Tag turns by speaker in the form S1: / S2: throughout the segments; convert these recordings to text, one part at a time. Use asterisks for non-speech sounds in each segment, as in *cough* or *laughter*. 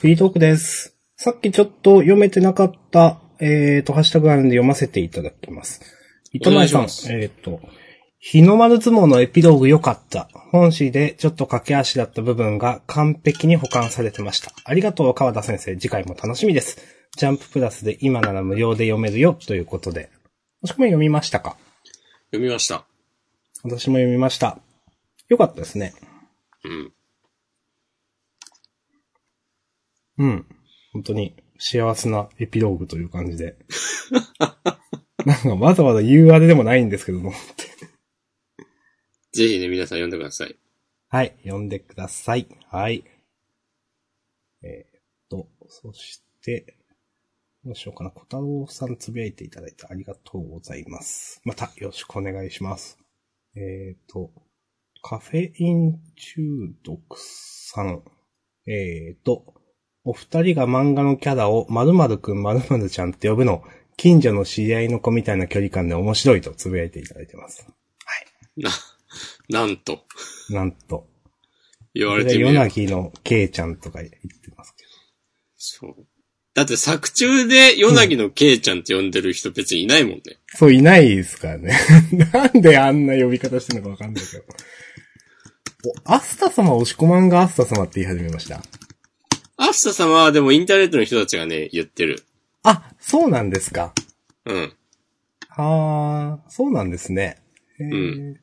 S1: フリートークです。さっきちょっと読めてなかった、えっ、と、ハッシュタグがあるんで読ませていただきます。糸前さ
S2: お
S1: ん
S2: 願いし、ます
S1: えっ、と、日の丸相撲のエピローグ良かった。本誌でちょっと駆け足だった部分が完璧に保管されてました。ありがとう、川田先生。次回も楽しみです。ジャンププラスで今なら無料で読めるよ、ということで。もしくも読みましたか
S2: 読みました。
S1: 私も読みました。良かったですね。
S2: うん。
S1: うん。本当に幸せなエピローグという感じで。なんかわざわざ言うあれでもないんですけども。
S2: ぜひね、皆さん読んでください。
S1: はい、読んでください。はい。えーっと、そして、どうしようかな。小太郎さんつぶやいていただいてありがとうございます。またよろしくお願いします。えーっと、カフェイン中毒さん。えーっと、お二人が漫画のキャラを〇〇くん〇〇ちゃんって呼ぶの、近所の知り合いの子みたいな距離感で面白いとつぶやいていただいてます。
S2: な、なんと、
S1: なんと。
S2: 言わ
S1: これ
S2: れて
S1: で
S2: み
S1: ヨ
S2: れば
S1: ナギのケイちゃんとか言ってますけど。
S2: そう。だって作中で、ヨナギのケイちゃんって呼んでる人別にいないもんね。
S1: そう、いないですからね。 *laughs* なんであんな呼び方してるのかわかんないけど。お、アスタ様、押し込まんがアスタ様って言い始めました。
S2: アスタ様はでもインターネットの人たちがね、言ってる。
S1: あ、そうなんですか。
S2: うん。
S1: はあ、そうなんですね。へー
S2: う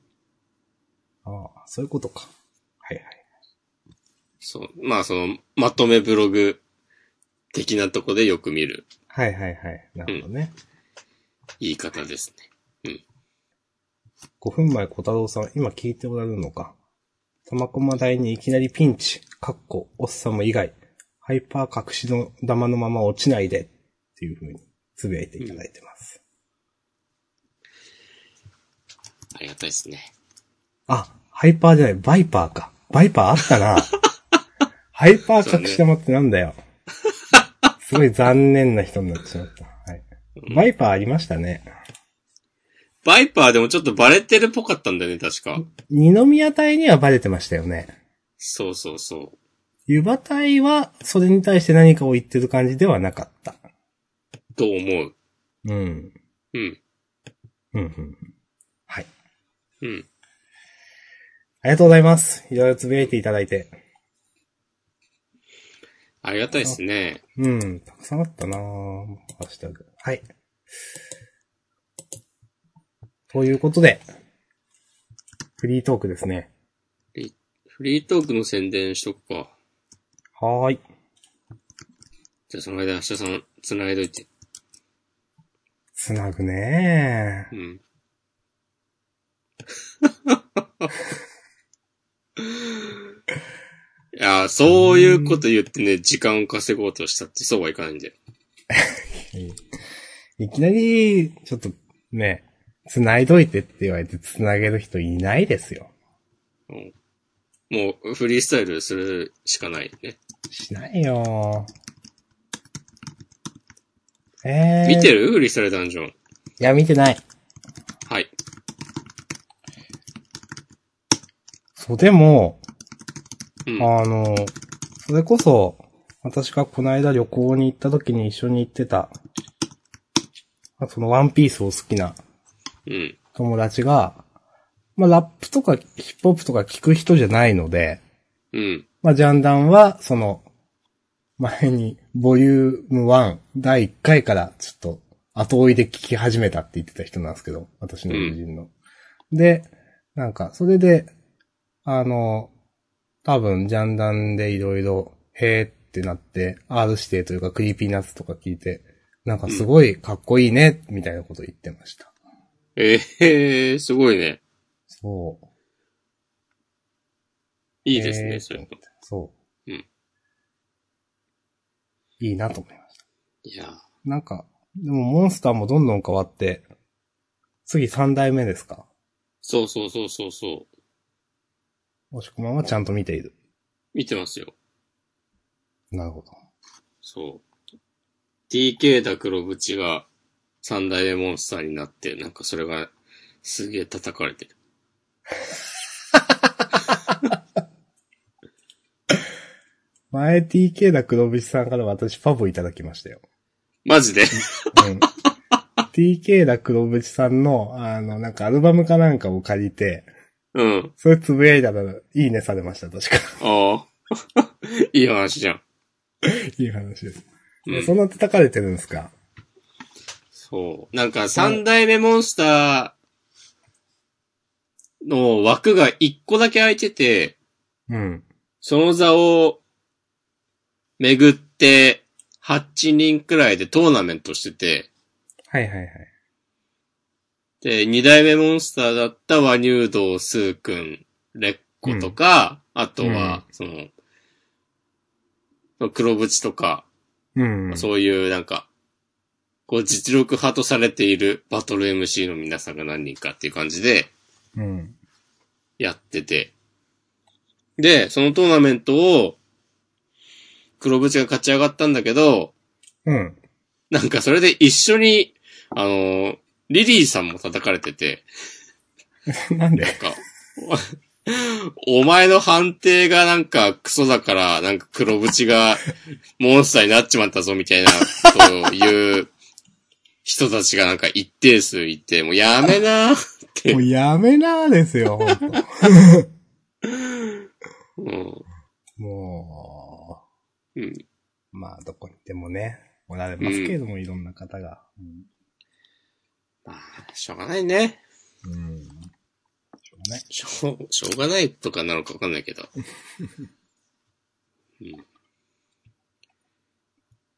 S1: ああ、そういうことか。はいはい。
S2: そう。まあその、まとめブログ的なとこでよく見る
S1: はいはいはい。なるほどね。
S2: 言い方ですね。
S1: 5分前小太郎さん、今聞いておられるのか。玉駒台にいきなりピンチ、かっこ、おっさんも以外、ハイパー隠しの玉のまま落ちないで、っていう風につぶやいていただいてます。
S2: ありがたいですね。
S1: あ、ハイパーじゃない、バイパーか。バイパーあったな。ハイパー隠し玉ってなんだよ。すごい残念な人になってしまった。はい。バイパーありましたね。
S2: バイパーでもちょっとバレてるっぽかったんだよね、確か。
S1: 二宮隊にはバレてましたよね。
S2: そうそうそう。
S1: 湯葉隊は、それに対して何かを言ってる感じではなかった。
S2: どう思う
S1: うん。う
S2: うん。
S1: んうん。はい。
S2: うん。
S1: ありがとうございます。いろいろつぶやいていただいて。
S2: ありがたいですね。
S1: うん。たくさんあったなぁハッシュタグ。はい。ということで、フリートークですね。
S2: フリートークの宣伝しとくか。
S1: はーい。
S2: じゃあその間、明日さん、繋いどいて。
S1: つなぐね
S2: うん。 *laughs* いやー、そういうこと言ってね、時間を稼ごうとしたってそうはいかないんだよ。
S1: ーいきなり、ちょっと、ね、つないどいてって言われてつなげる人いないですよ。
S2: うんもう、フリースタイルするしかないね。
S1: しないよーえー。
S2: 見てるフリースタイルダンジョン。
S1: いや、見てない。
S2: はい。
S1: そう、でも、
S2: うん。
S1: あの、それこそ、私がこの間旅行に行った時に一緒に行ってた、あそのワンピースを好きな
S2: うん。
S1: 友達が、まあラップとかヒップホップとか聞く人じゃないので、
S2: うん。
S1: まあジャンダンは、その、前に、ボリューム1、第1回から、ちょっと、後追いで聞き始めたって言ってた人なんですけど、私の友人の。で、なんか、それで、あの、多分、ジャンダンでいろいろ、へーってなって、R 指定というか、クリーピーナッツとか聞いて、なんかすごいかっこいいね、みたいなこと言ってました。
S2: ええー、すごいね。
S1: そう。
S2: いいですね、
S1: えー
S2: それも。
S1: そう。
S2: うん
S1: いいなと思いました。
S2: いやー
S1: なんか、でもモンスターもどんどん変わって、次3代目ですか
S2: そうそうそうそうそう。
S1: もしくまんはちゃんと見ている。
S2: 見てますよ。
S1: なるほど。
S2: そう。TK だ黒縁が三代目モンスターになって、なんかそれがすげえ叩かれてる。
S1: 前 TK な黒菱さんから私ファボいただきましたよ。
S2: マジで
S1: うん。TK だ黒渕さんの、あの、なんかアルバムかなんかを借りて、
S2: うん。
S1: それつぶやいたら、いいねされました、確か。 *laughs*
S2: あ *laughs* あ。いい話じゃん。
S1: いい話です。
S2: うん
S1: そんな叩かれてるんですか
S2: そう。なんか三代目モンスターの枠が一個だけ空いてて、
S1: うん。
S2: その座を巡って8人くらいでトーナメントしてて、
S1: はいはいはい。
S2: で、二代目モンスターだった和乳道スー君、レッコとか、あとは、その、黒縁とか、
S1: うん。
S2: そういうなんか、こう実力派とされているバトル MC の皆さんが何人かっていう感じで、
S1: うん。
S2: やってて。で、そのトーナメントを、黒縁が勝ち上がったんだけど、
S1: うん。
S2: なんかそれで一緒に、あのー、リリーさんも叩かれてて、
S1: なん
S2: *laughs*
S1: で
S2: なんか、お *laughs* お前の判定がなんかクソだから、なんか黒縁がモンスターになっちまったぞみたいなことを言う人たちがなんか一定数いて、もうやめな
S1: もうやめなーですよ、ほんと。
S2: うん。
S1: も
S2: うん。
S1: う、まあ、どこにでもね、おられますけれども、いろんな方が。うん
S2: まあ、しょうがないね。
S1: うん。しょうがない。
S2: しょう、しょうがないとかなのかわかんないけど。うん、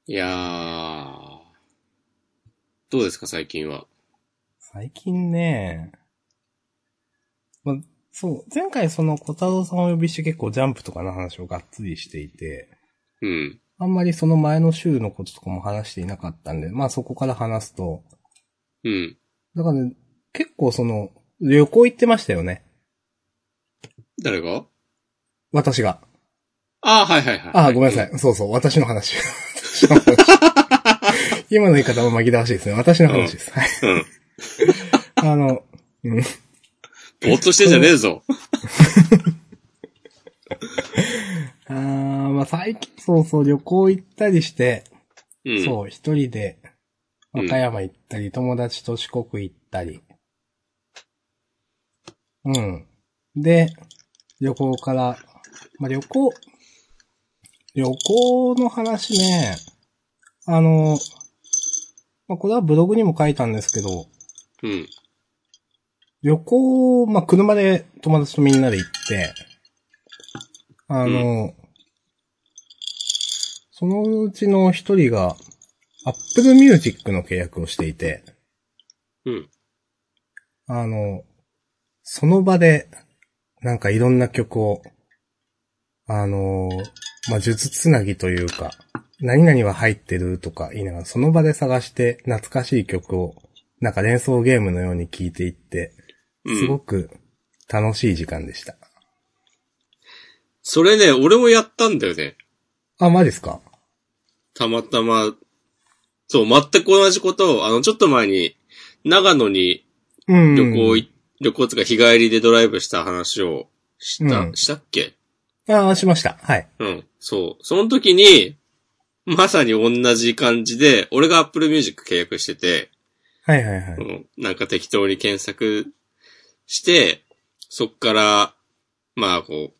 S2: いやー。どうですか、最近は。
S1: 最近ね、ま、そう、前回その小太郎さんをお呼びして結構ジャンプとかの話をがっつりしていて、
S2: うん。
S1: あんまりその前の週のこととかも話していなかったんで、まあそこから話すと、
S2: うん。
S1: だから、ね、結構その、旅行行ってましたよね。
S2: 誰が
S1: 私が。
S2: ああ、はいはいはい。
S1: ああ、ごめんなさい。そうそう、私の話。私の話今の言い方も紛らわしいですね。私の話です。はい。
S2: い。うん。
S1: あの、うん。
S2: ぼーっとしてんじゃねえぞ。
S1: あーまあ最近、そうそう、旅行行ったりして、
S2: うん。
S1: そう、一人で、
S2: う
S1: 和
S2: ん
S1: 歌山行ったり、友達と四国行ったり。うん。で、旅行から、まあ、旅行、旅行の話ね、あの、まあ、これはブログにも書いたんですけど、
S2: う。うん。
S1: 旅行、まあ、車で友達とみんなで行って、あの、そのうちの一人が、Apple Music の契約をしていて、
S2: うん。
S1: あの、その場で、なんかいろんな曲を、あの、まあ、術つなぎというか、何々は入ってるとか言いながら、その場で探して懐かしい曲を、なんか連想ゲームのように聴いていって、
S2: うん
S1: すごく楽しい時間でした。
S2: それね、俺もやったんだよね。
S1: あ、マジですか
S2: たまたま。そう、全く同じことを、あの、ちょっと前に、長野に
S1: うん。
S2: 旅行い、旅行とか日帰りでドライブした話をした、
S1: うん
S2: したっけ
S1: ああ、しました。はい。
S2: うん。そう。その時に、まさに同じ感じで、俺が Apple Music 契約してて、
S1: はいはいは
S2: う
S1: い。
S2: んなんか適当に検索して、そっから、まあこ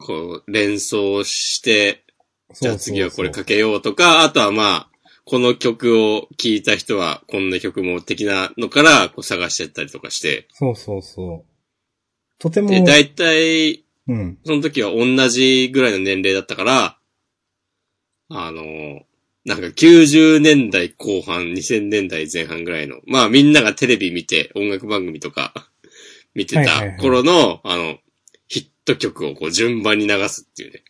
S2: う、こう、連想して、じゃあ次はこれかけようとか、あとはまあ、この曲を聴いた人はこんな曲も的なのからこう探してったりとかして、
S1: そうそうそう。とても、
S2: で、大体、
S1: うん。
S2: その時は同じぐらいの年齢だったから、あの、なんか90年代後半、2000年代前半ぐらいの、まあみんながテレビ見て、音楽番組とか *laughs* 見て
S1: はいはいは
S2: た
S1: い
S2: 頃の、あの、ヒット曲をこう順番に流すっていうね、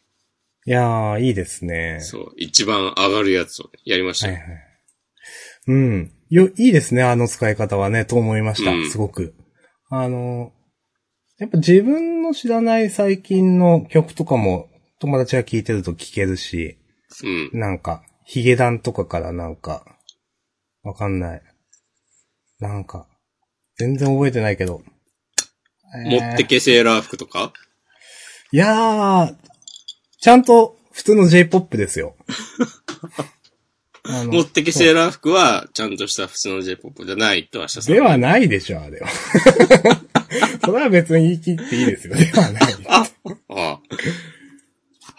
S1: いやー、いいですね。
S2: そう、一番上がるやつをやりました
S1: はい
S2: よ。
S1: はい。うん。よ、いいですね、あの使い方はね、と思いました、
S2: うん
S1: すごく。あの、やっぱ自分の知らない最近の曲とかも友達が聴いてると聴けるし、
S2: うん。
S1: なんか、ヒゲダンとかからなんか、わかんない。なんか、全然覚えてないけど。
S2: 持って
S1: け。
S2: けセーラー服とか
S1: いやー、ちゃんと普通の J-POP ですよ。あ
S2: 持
S1: の
S2: っ、てきセーラー服は、ちゃんとした普通の J-POP じゃないと明日さん。
S1: ではないでしょ、あれは。 *laughs* それは別に言い切っていいですよ。ではない。
S2: ああ。は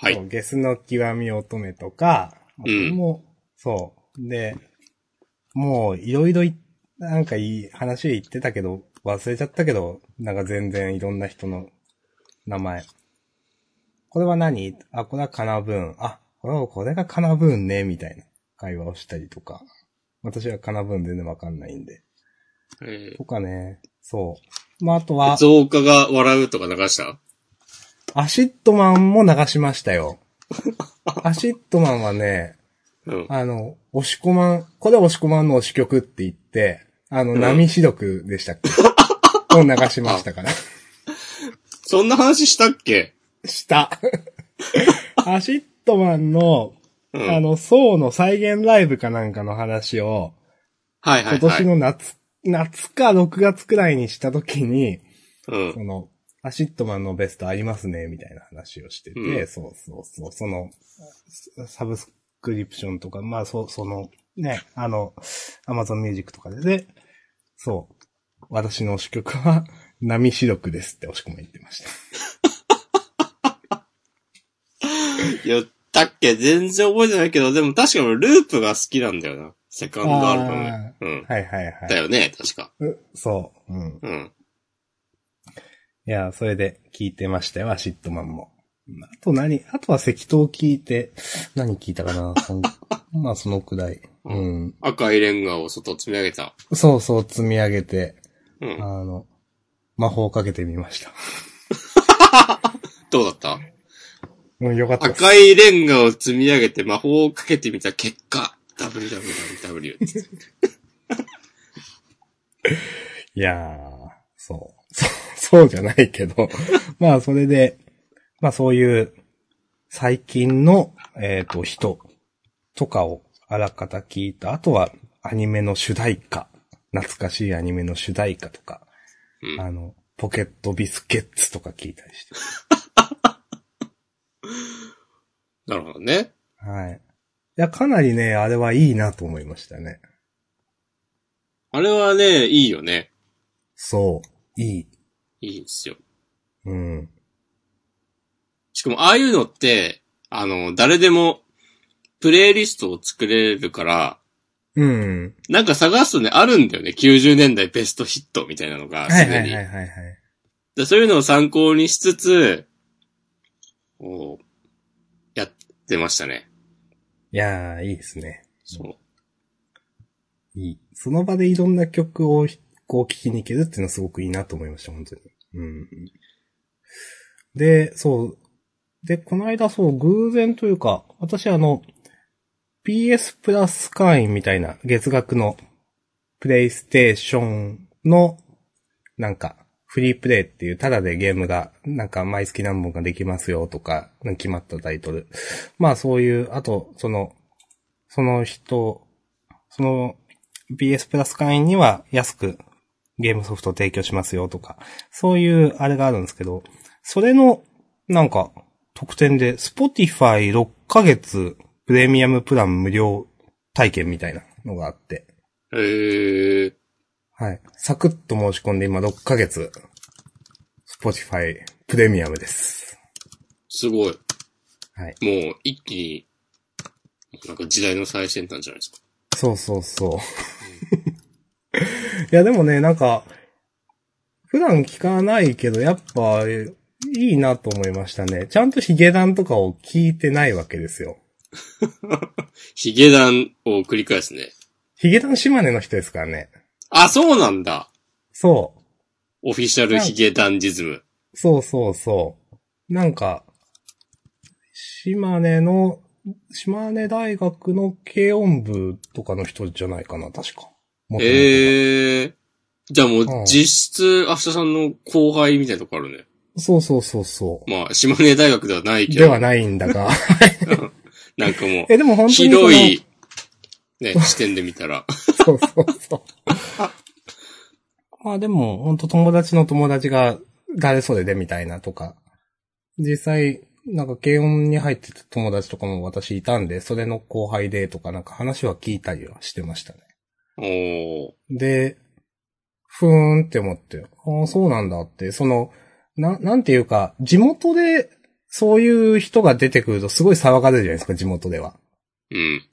S1: そ
S2: い。
S1: うゲスの極み乙女とか、
S2: うん
S1: もう、そう。で、もう、いろいろい、なんかいい話言ってたけど、忘れちゃったけど、なんか全然いろんな人の名前。これは何あ、これはカナブーン。あ、これは、これがカナブーンね、みたいな会話をしたりとか。私はカナブーン全然わかんないんで。
S2: え
S1: とかね、そう。まあ、あと
S2: ー
S1: は、
S2: 増加が笑うとか流した
S1: アシットマンも流しましたよ。アシットマンはね、
S2: うん。
S1: あの、押し込まん、これ押し込まんの押し曲って言って、あの、
S2: うん
S1: 波しどくでしたっ
S2: *laughs*
S1: け、を流しましたから。
S2: そんな話したっけ
S1: した。アシットマンの、
S2: うん。
S1: あの、層の再現ライブかなんかの話を、
S2: は
S1: 今
S2: いはいはい。
S1: 年の夏、夏か6月くらいにした時に、
S2: うん
S1: そ。の、アシットマンのベストありますね、みたいな話をしてて、
S2: うん
S1: そうそうそう、その、サブスクリプションとか、まあ、そ、その、ね、あの、アマゾンミュージックとかで、で、そう、私の推し曲は、波視力ですって押し込み言ってました。
S2: 言ったっけ全然覚えてないけど、でも確かに俺ループが好きなんだよな。セカンドアルバム。うん。
S1: はいはいは
S2: だよね、確か。
S1: い。うそう、うん。
S2: うん。
S1: いや、それで聞いてましたよ、アシットマンも。うんあと何あとは赤頭聞いて、何聞いたかなそん *laughs* まあ、そのくらい。うん。
S2: 赤いレンガを外積み上げた。
S1: そうそう、積み上げて、
S2: うん。
S1: あの、魔法をかけてみました。 *laughs*
S2: どうだった
S1: うん、よかったです。
S2: 赤いレンガを積み上げて魔法をかけてみた結果、www って言って。
S1: いやー、そう。 *laughs* そう、そうじゃないけど。 *laughs* まあ、それで、まあ、そういう、最近の、えっ、と、人とかをあらかた聞いた。あとは、アニメの主題歌。懐かしいアニメの主題歌とか、
S2: うん
S1: あの、ポケットビスケッツとか聞いたりして。
S2: なるほどね。
S1: はい。いや、かなりね、あれはいいなと思いましたね。
S2: あれはね、いいよね。
S1: そう。いい。
S2: いいんですよ。
S1: うん。
S2: しかも、ああいうのって、あの、誰でも、プレイリストを作れるから、
S1: うん。
S2: なんか探すとね、あるんだよね。90年代ベストヒットみたいなのが、
S1: はい
S2: す
S1: は
S2: で
S1: い
S2: に
S1: はい。はいはい。
S2: でそういうのを参考にしつつ、こう、やってましたね。
S1: いやー、いいですね。
S2: そう。
S1: いい。その場でいろんな曲をこう聴きに行けるっていうのはすごくいいなと思いました、本当に。うん。で、そう。で、この間そう、偶然というか、私あの、PS プラス会員みたいな月額のプレイステーションのなんかフリープレイっていうタダでゲームがなんか毎月何本かできますよとか決まったタイトル。まあそういう、あとその、その人、その BS プラス会員には安くゲームソフトを提供しますよとか、そういうあれがあるんですけど、それのなんか特典で Spotify6 ヶ月プレミアムプラン無料体験みたいなのがあって、
S2: へえ
S1: はい。サクッと申し込んで今6ヶ月、Spotify プレミアムです。
S2: すごい。
S1: はい。
S2: もう、一気に、なんか時代の最先端じゃないですか。
S1: そうそうそう。いやでもね、なんか、普段聞かないけど、やっぱ、いいなと思いましたね。ちゃんとヒゲダンとかを聞いてないわけですよ。
S2: ヒゲダンを繰り返すね。
S1: ヒゲダン島根の人ですからね。
S2: あ、そうなんだ。
S1: そ
S2: オフィシャルヒゲダンジズム。
S1: う。そうそうそう。なんか、島根の、島根大学の軽音部とかの人じゃないかな、確か。え。
S2: ええじゃあも
S1: うん
S2: う、実質、アフタさんの後輩みたいなとこあるね。
S1: そうそうそうそう。
S2: まあ、島根大学ではないけど。
S1: ではないんだが。
S2: なんかも
S1: え、でも本
S2: う、
S1: 当にその。
S2: 広い、ね、視点で見たら。
S1: そうそうそう。まあでも、本当友達の友達が誰それでみたいなとか、実際なんか軽音に入ってた友達とかも私いたんで、それの後輩でとかなんか話は聞いたりはしてましたね。
S2: おー。
S1: で、ふーんって思って、ああ、そうなんだって、その、な、なんていうか、地元で、そういう人が出てくるとすごい騒がれるじゃないですか、地元では。
S2: うん。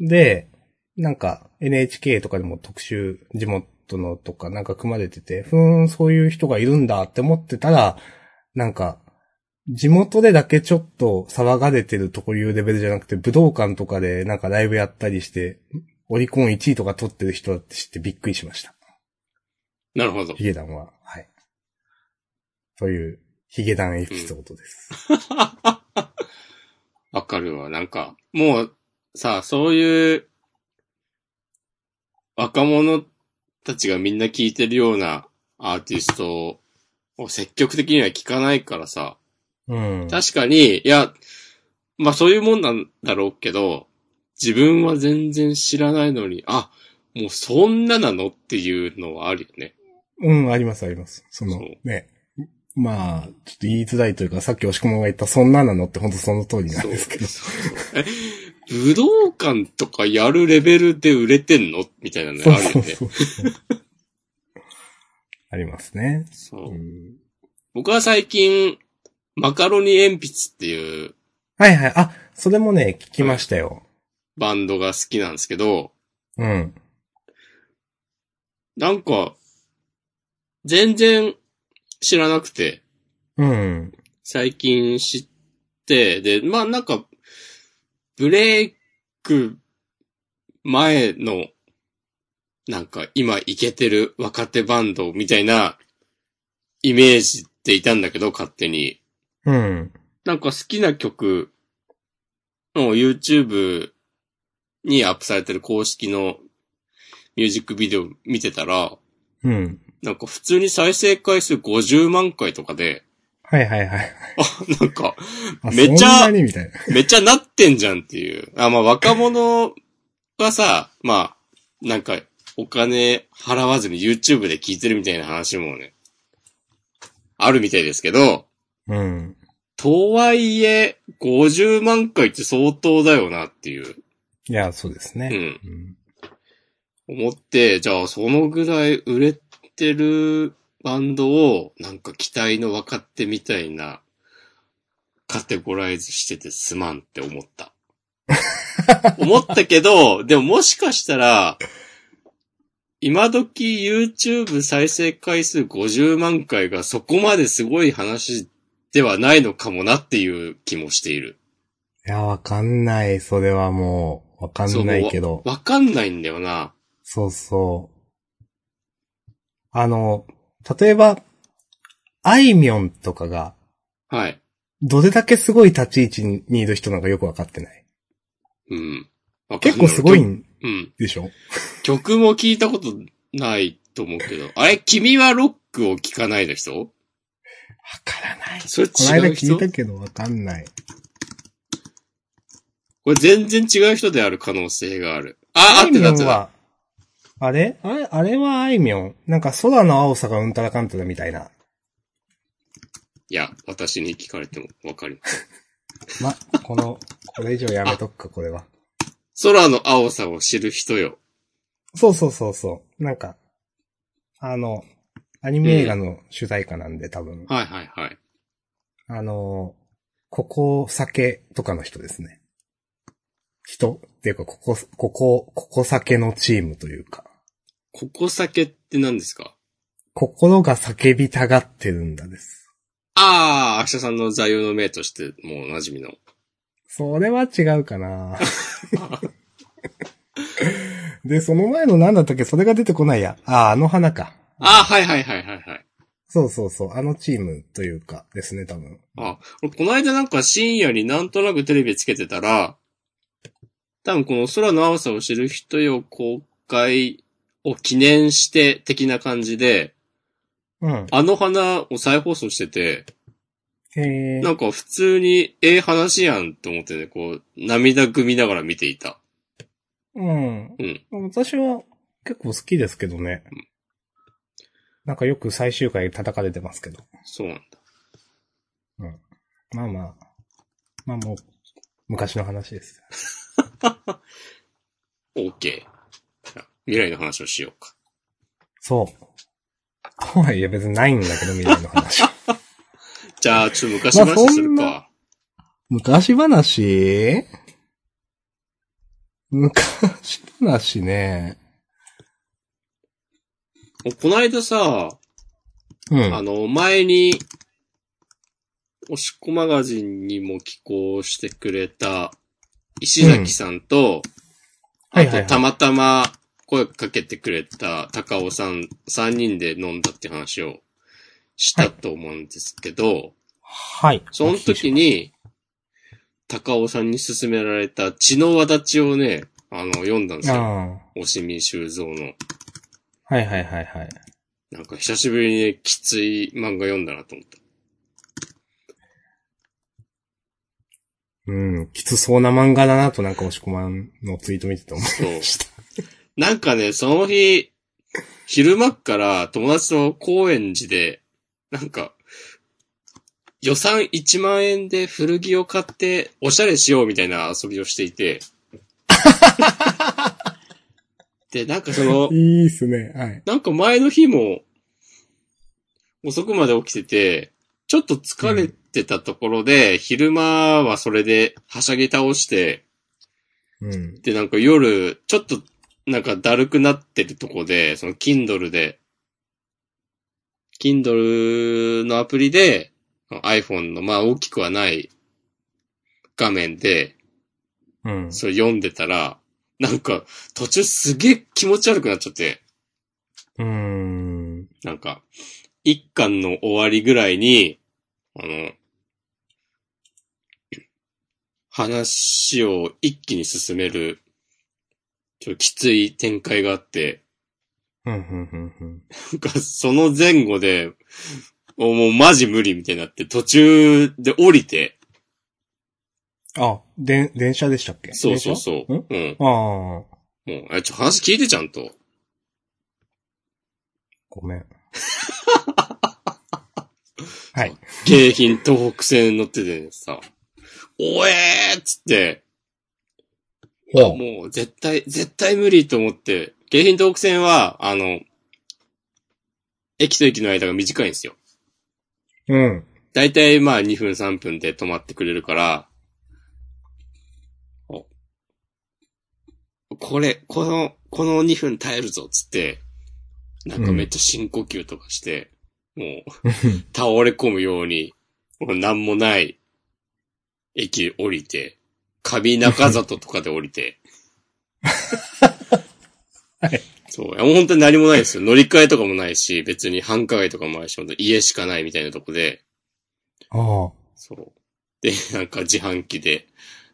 S1: で、なんか NHK とかでも特集、地元のとかなんか組まれてて、ふーん、そういう人がいるんだって思ってたら、なんか、地元でだけちょっと騒がれてるとこいうレベルじゃなくて、武道館とかでなんかライブやったりして、オリコン1位とか取ってる人だって知ってびっくりしました。
S2: なるほど。
S1: ヒゲダンは、はい。という、ヒゲダンエピソードです。
S2: わかるわ。なんか、もう、さ、そういう、若者たちがみんな聞いてるようなアーティストを積極的には聞かないからさ、
S1: うん。
S2: 確かに、いや、まあそういうもんなんだろうけど、自分は全然知らないのに、あ、もうそんななのっていうのはあるよね。
S1: うん、ありますあります。その、
S2: そう
S1: ね。まあ、ちょっと言いづらいというか、さっき押し込まが言ったそんななのって本当その通りなんですけど。
S2: え、武道館とかやるレベルで売れてんのみたいなのあるよね。
S1: うそう。ありますね。
S2: そう
S1: うん
S2: 僕は最近、マカロニ鉛筆っていう
S1: はいはい。あ、それもね、聞きましたよ。
S2: バンドが好きなんですけど、
S1: うん。
S2: なんか、全然知らなくて、
S1: うん。
S2: 最近知って、で、まあなんか、ブレイク前の、なんか今イケてる若手バンドみたいなイメージっていたんだけど、勝手に。
S1: うん。
S2: なんか好きな曲の YouTube にアップされてる公式のミュージックビデオ見てたら、
S1: うん。
S2: なんか普通に再生回数50万回とかで、
S1: はいはいはい。
S2: あ、なんか、
S1: あ
S2: めっちゃ
S1: そんなにみたいな。
S2: めっちゃなってんじゃんっていう。あ、まあ若者がさ、まあ、なんかお金払わずに YouTube で聞いてるみたいな話もね、あるみたいですけど、
S1: うん。
S2: とはいえ、50万回って相当だよなっていう。
S1: いや、そうです
S2: う
S1: ね。
S2: ん。
S1: うん。
S2: 思って、じゃあそのぐらい売れてるバンドを、なんか期待の若手みたいな、カテゴライズしててすまんって思
S1: *laughs*
S2: った。思ったけど、でももしかしたら、今時 YouTube 再生回数50万回がそこまですごい話ではないのかもなっていう気もしている。
S1: いや、わかんない。それはもう、わか
S2: そうん
S1: ないけど。
S2: わかんないんだよな。
S1: そうそう。あの、例えば、あいみょんとかが、
S2: はい。
S1: どれだけすごい立ち位置にいる人なんかよくわかってない。
S2: うん。わかんな
S1: 結構すごい。ん
S2: うん。
S1: でしょ
S2: 曲も聞いたことないと思うけど。あれ君はロックを聴かないの人
S1: わからない。
S2: それ
S1: この間
S2: 違う
S1: 聞
S2: 人
S1: いたけどわかんない。
S2: これ全然違う人である可能性がある。あ、あってた
S1: あ
S2: あ
S1: いみ
S2: っ
S1: ょ
S2: て
S1: ん
S2: た。
S1: は、あれあれ、あれはあいみょん。なんか空の青さがうんたらかんたらみたいな。
S2: いや、私に聞かれてもわかります。
S1: ま、 *laughs* この、これ以上やめとくか、これは。
S2: 空の青さを知る人よ。
S1: そうそうそうそう。なんか、あの、アニメ映画の主題歌なんで、多分。
S2: はいはいはい。
S1: あの、ここ酒とかの人ですね。人っていうか、ここ、ここ、ここ酒のチームというか、
S2: ここ酒って何ですか
S1: 心が叫びたがってるんだです。
S2: ああ、明日さんの座右の銘としてもうおなじみの。
S1: それは違うか *laughs* なで、その前の何だったっけそれが出てこないや。ああ、あの花か。
S2: ああ、はいはいはいはいはい。
S1: そうそうそう。あのチームというかですね、多分。
S2: あ、俺この間なんか深夜になんとなくテレビつけてたら、多分この空の青さを知る人よ公開を記念して的な感じで、
S1: うん。
S2: あの花を再放送してて、
S1: へえ。
S2: なんか普通にええ話やんと思ってね、こう涙ぐみながら見ていた。
S1: うん。私は結構好きですけどね。なんかよく最終回叩かれてますけど。
S2: そうなんだ。
S1: まあまあ、まあもう、昔の話です。
S2: OK。じゃあ未来の話をしようか。
S1: そう。とはいえ別にないんだけど、未来の *laughs* 話。
S2: じゃあ、ちょっと昔話する
S1: ま
S2: か。
S1: 昔話昔話ね。
S2: おこの間さ、
S1: う
S2: あ
S1: ん。
S2: の、前に、おしっこマガジンにも寄稿してくれた、石崎さんと、
S1: うんは
S2: あ
S1: いはいはい
S2: とたまたま声かけてくれた高尾さん、3人で飲んだって話をしたと思うんですけど、
S1: はい。
S2: その時に、高尾さんに勧められた血の輪立ちをね、あの、読んだんです
S1: ああ。
S2: よ。
S1: は
S2: 押見修造の。
S1: いはいはいはい。
S2: なんか久しぶりにね、きつい漫画読んだなと思った。
S1: うん。きつそうな漫画だなとなんか押し込まんのツイート見てて思う。
S2: そう。なんかね、その日、昼間っから友達と高円寺で、なんか、予算1万円で古着を買っておしゃれしようみたいな遊びをしていて。で、なんかその、
S1: *laughs* いいっすね。はい。
S2: なんか前の日も、遅くまで起きてて、ちょっと疲れてたところで、昼間はそれではしゃぎ倒して、
S1: うん。
S2: で、なんか夜、ちょっと、なんかだるくなってるとこで、その Kindle で、Kindle のアプリで、iPhone の、まあ大きくはない画面で、
S1: うん。
S2: それ読んでたら、なんか途中すげえ気持ち悪くなっちゃって、
S1: うーん。
S2: なんか、一巻の終わりぐらいに、あの、話を一気に進める、ちょっときつい展開があって、
S1: うん、うん、うん、うん。
S2: なんかその前後で、おもうマジ無理みたいになって、途中で降りて、
S1: あ、で、電車でしたっけ
S2: そうそうそう、
S1: ん
S2: うん。
S1: う。ああ、
S2: もう、え、ちょ、話聞いてちゃんと。
S1: ごめん。はい。
S2: 京浜東北線乗っててさ、おえーっつって、
S1: ほ
S2: もう絶対、絶対無理と思って、京浜東北線は、あの、駅と駅の間が短いんですよ。
S1: う。うん。
S2: だいたいまあ2分3分で止まってくれるから、おこれ、この、この2分耐えるぞ、つって、なんかめっちゃ深呼吸とかして、もう、倒れ込むように、もうなんもない、駅降りて、カビ中里とかで降りて。
S1: はい
S2: そう。いやもう本当に何もないですよ。乗り換えとかもないし、別に繁華街とかもないし、本当に家しかないみたいなとこで。
S1: ああ。
S2: そう。で、 *laughs* なんか自販機で、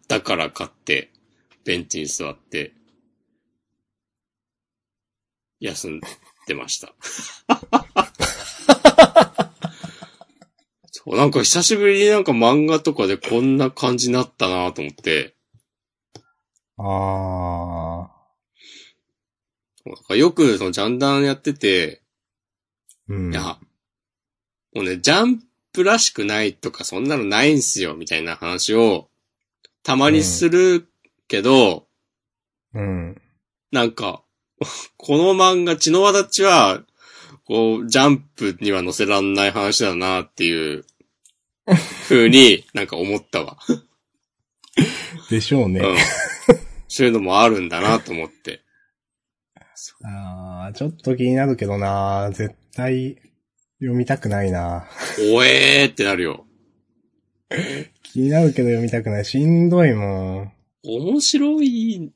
S2: だから買って、ベンチに座って、休んでました。そう、なんか久しぶりになんか漫画とかでこんな感じになったなと思って、
S1: ああ。
S2: そうなんかよくそのジャンダンやってて、
S1: うん。
S2: いや、もうね、ジャンプらしくないとかそんなのないんすよ、みたいな話を、たまにするけど、
S1: うん。
S2: なんか、 *laughs* この漫画、血の輪立ちは、こう、ジャンプには載せらんない話だなっていう、風になんか思ったわ。
S1: でしょう
S2: う
S1: ね。
S2: ん。そういうのもあるんだなと思って。
S1: ああ、ちょっと気になるけどな。絶対読みたくないな。
S2: おえーってなるよ。
S1: 気になるけど読みたくない。しんどいもん。
S2: 面白い、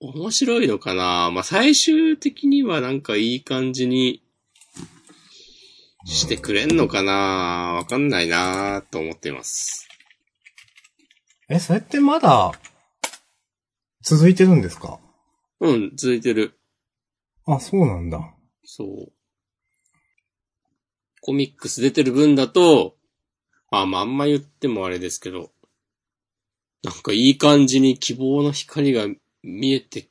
S2: 面白いのかなまあ、最終的にはなんかいい感じにしてくれんのかなわかんないなと思っています。
S1: え、それってまだ、続いてるんですか
S2: うん、続いてる。
S1: あ、そうなんだ。
S2: そう。コミックス出てる分だと、まあまああんま言ってもあれですけど、なんかいい感じに希望の光が見えて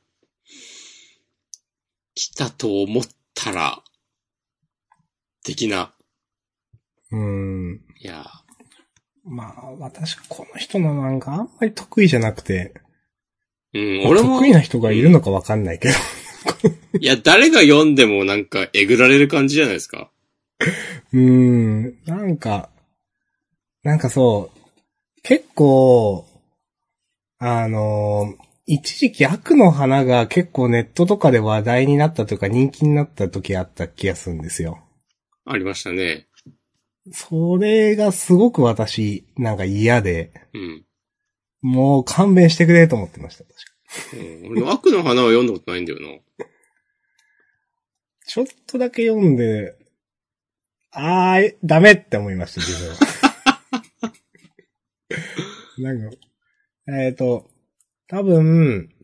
S2: きたと思ったら、的な。
S1: うーん。
S2: いや
S1: まあ、私、この人の漫画あんまり得意じゃなくて、 *laughs*
S2: うん、俺も
S1: 得意、な人がいるのかわかんないけど、
S2: いや、誰が読んでもなんかえぐられる感じじゃないですか。
S1: うーん、なんか、なんかそう、結構、あのー一時期悪の花が結構ネットとかで話題になったというか人気になった時あった気がするんですよ。
S2: ありましたね。
S1: それがすごく私、なんか嫌で、
S2: うん。
S1: もう勘弁してくれと思ってました。確か
S2: うん、俺、悪の花は読んだことないんだよな。
S1: ちょっとだけ読んで、あー、えダメって思いました、自分は。なんか、えっ、と、多分、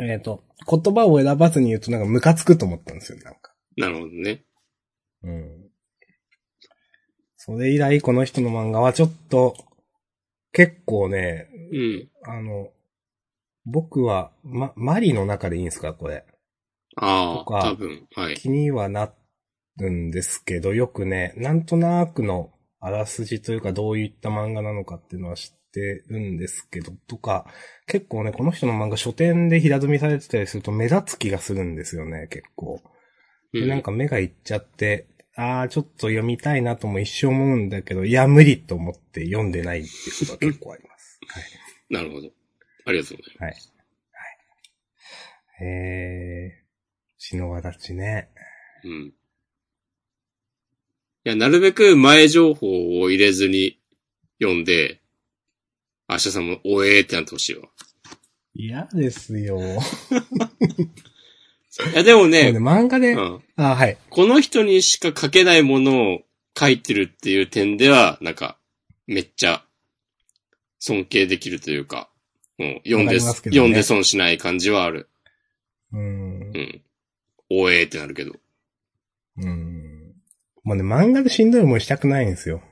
S1: えっ、と、言葉を選ばずに言うとなんかムカつくと思ったんですよ、なんか。
S2: なるほどね。
S1: うん。それ以来、この人の漫画はちょっと、結構ね、
S2: うん。
S1: あの、僕は、ま、マリの中でいいんですか、これ。
S2: あ
S1: と
S2: あ、
S1: か
S2: 多分。はい。
S1: 気にはなるんですけど、よくね、なんとなくのあらすじというかどういった漫画なのかっていうのは知ってるんですけど、とか、結構ね、この人の漫画書店で平積みされてたりすると目立つ気がするんですよね、結構。
S2: う
S1: でなんか目がいっちゃって、あー、ちょっと読みたいなとも一生思うんだけど、いや、無理と思って読んでないっていうことは結構あり
S2: *laughs*
S1: ます。はい。
S2: なるほど。ありがとうございます。
S1: はい。はい。えー、篠和立ちね。
S2: うん。いや、なるべく前情報を入れずに読んで、明日さんも、おえーってなってほしいわ。
S1: 嫌ですよ。
S2: いや、でも
S1: そう
S2: ね
S1: ね、、漫画で、
S2: うん、
S1: あ、はい。
S2: この人にしか書けないものを書いてるっていう点では、なんか、めっちゃ、尊敬できるというか、もう読んで、
S1: わかりますけどね
S2: 読んで損しない感じはある。
S1: うん
S2: う。ん。おえーってなるけど。
S1: うん。もうね、漫画でしんどい思いしたくないんですよ。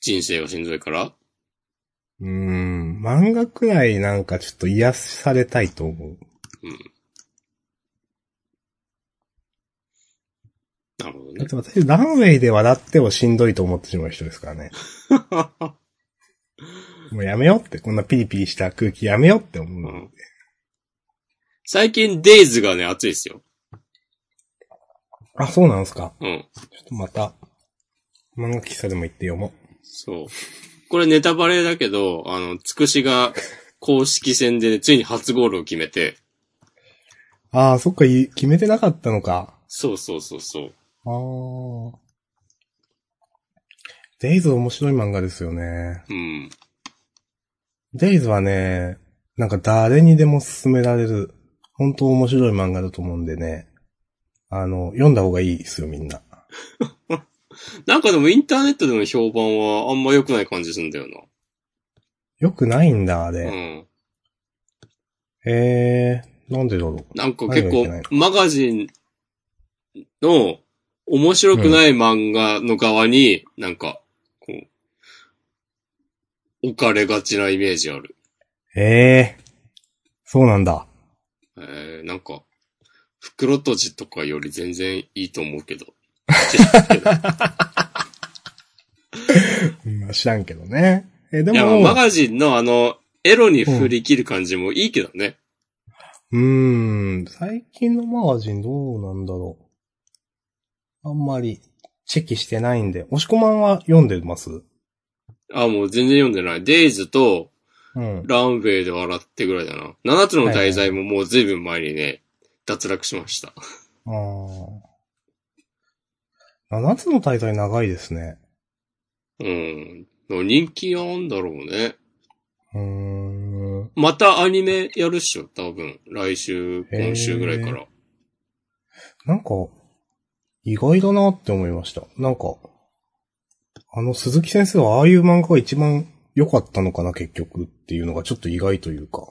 S2: 人生がしんどいから
S1: うん。漫画くらいなんかちょっと癒されたいと思う。
S2: うん。なるほど
S1: だ *laughs*
S2: ね
S1: っ。て私、ランウェイで笑ってをしんどいと思ってしまう人ですからね。もうやめようって、こんなピリピリした空気やめようって思う
S2: う
S1: の。
S2: ん最近デイズがね、熱いですよ。
S1: あ、そうなんですか。
S2: うん。
S1: ちょっとまた、漫画喫茶でも行って読も
S2: そう。これネタバレだけど、あの、つくしが公式戦で、ついに初ゴールを決めて、
S1: う。ああ、そっか、い決めてなかったのか。
S2: そうそうそうそう。
S1: ああ。デイズ面白い漫画ですよね。
S2: うん。
S1: デイズはね、なんか誰にでも勧められる、本当面白い漫画だと思うんでね。あの、読んだ方がいいですよ、みんな。
S2: なんかでもインターネットでの評判はあんま良くない感じすんだよ
S1: よくないんだ、あ
S2: な。う
S1: れ。
S2: ん。
S1: へえ、なんでだろう。
S2: なんか結
S1: 何がい
S2: 構
S1: け、
S2: マガジンの面白くない漫画の側に、なんか、こう、置かれがちなイメージある。
S1: へえ、そうなんだ。
S2: えー、なんか、袋閉じとかより全然いいと思うけど。 *laughs* い
S1: まあ、知らんけどね。え、で
S2: や、まあ
S1: も、
S2: マガジンのあの、エロに振り切る感じもいいけどね。
S1: うーん、最近のマガジンどうなんだろう。あんまり、チェキしてないんで。押し込まんは読んでます
S2: あ、もう全然読んでない。デイズと、
S1: うん。
S2: ランウェイで笑ってぐらいだな。七つの大罪ももう随分前にね、脱落しました。
S1: ああ。7つの大罪長いですね。
S2: うん。の人気なんだろうね。
S1: うーん。
S2: またアニメやるっしょ、多分。来週、今週ぐらいから。
S1: なんか、意外だなって思いました。なんか、あの、鈴木先生はああいう漫画が一番良かったのかな、結局っていうのがちょっと意外というか。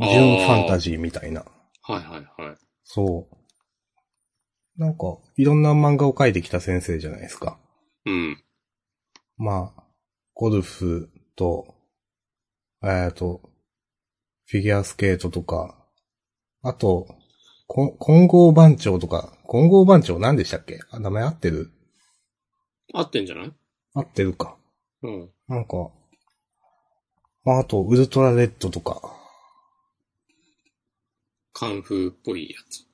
S2: あー
S1: 純ファンタジーみたいな。
S2: はいはいはい。
S1: そう。なんか、いろんな漫画を描いてきた先生じゃないですか。
S2: うん。
S1: まあ、ゴルフと、えっと、フィギュアスケートとか、あと、こ混合番長とか、混合番長何でしたっけあ、名前合ってる
S2: 合ってんじゃない
S1: 合ってるか。
S2: ううん。
S1: なんか、まあ、あと、ウルトラレッドとか、
S2: カンフーっぽいやつ。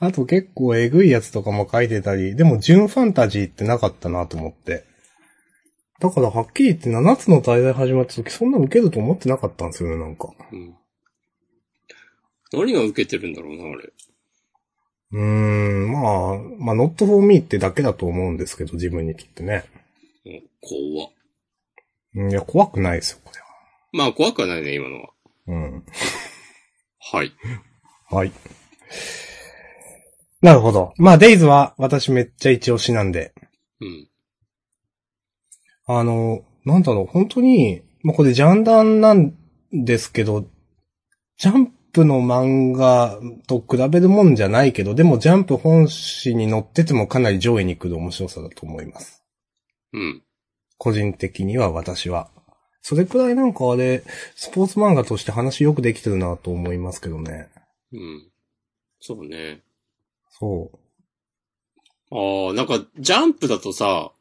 S1: あと結構えぐいやつとかも書いてたり、でも純ファンタジーってなかったなと思って。だからはっきり言って7つの大罪始まった時そんな受けると思ってなかったんですよね、なんか。
S2: うん。何が受けてるんだろうな、あれ。
S1: うーん、まあ、まあ、not for me ってだけだと思うんですけど、自分にとってね。
S2: うん、怖っ。
S1: うんいや、怖くないですよ、こ
S2: まあ、怖くはないね、今のは。
S1: れは。うん。
S2: はい。
S1: はい。なるほど。まあ、デイズは私めっちゃ一押しなんで。
S2: うん。
S1: あの、なんだろう、本当に、まあ、これジャンダンなんですけど、ジャンプの漫画と比べるもんじゃないけど、でもジャンプ本誌に載っててもかなり上位に来る面白さだと思います。
S2: うん。
S1: 個人的には私は。それくらいなんかあれ、スポーツ漫画として話よくできてるなと思いますけどね。
S2: うん。そうね。
S1: そ
S2: ああ、なんか、ジャンプだとさ、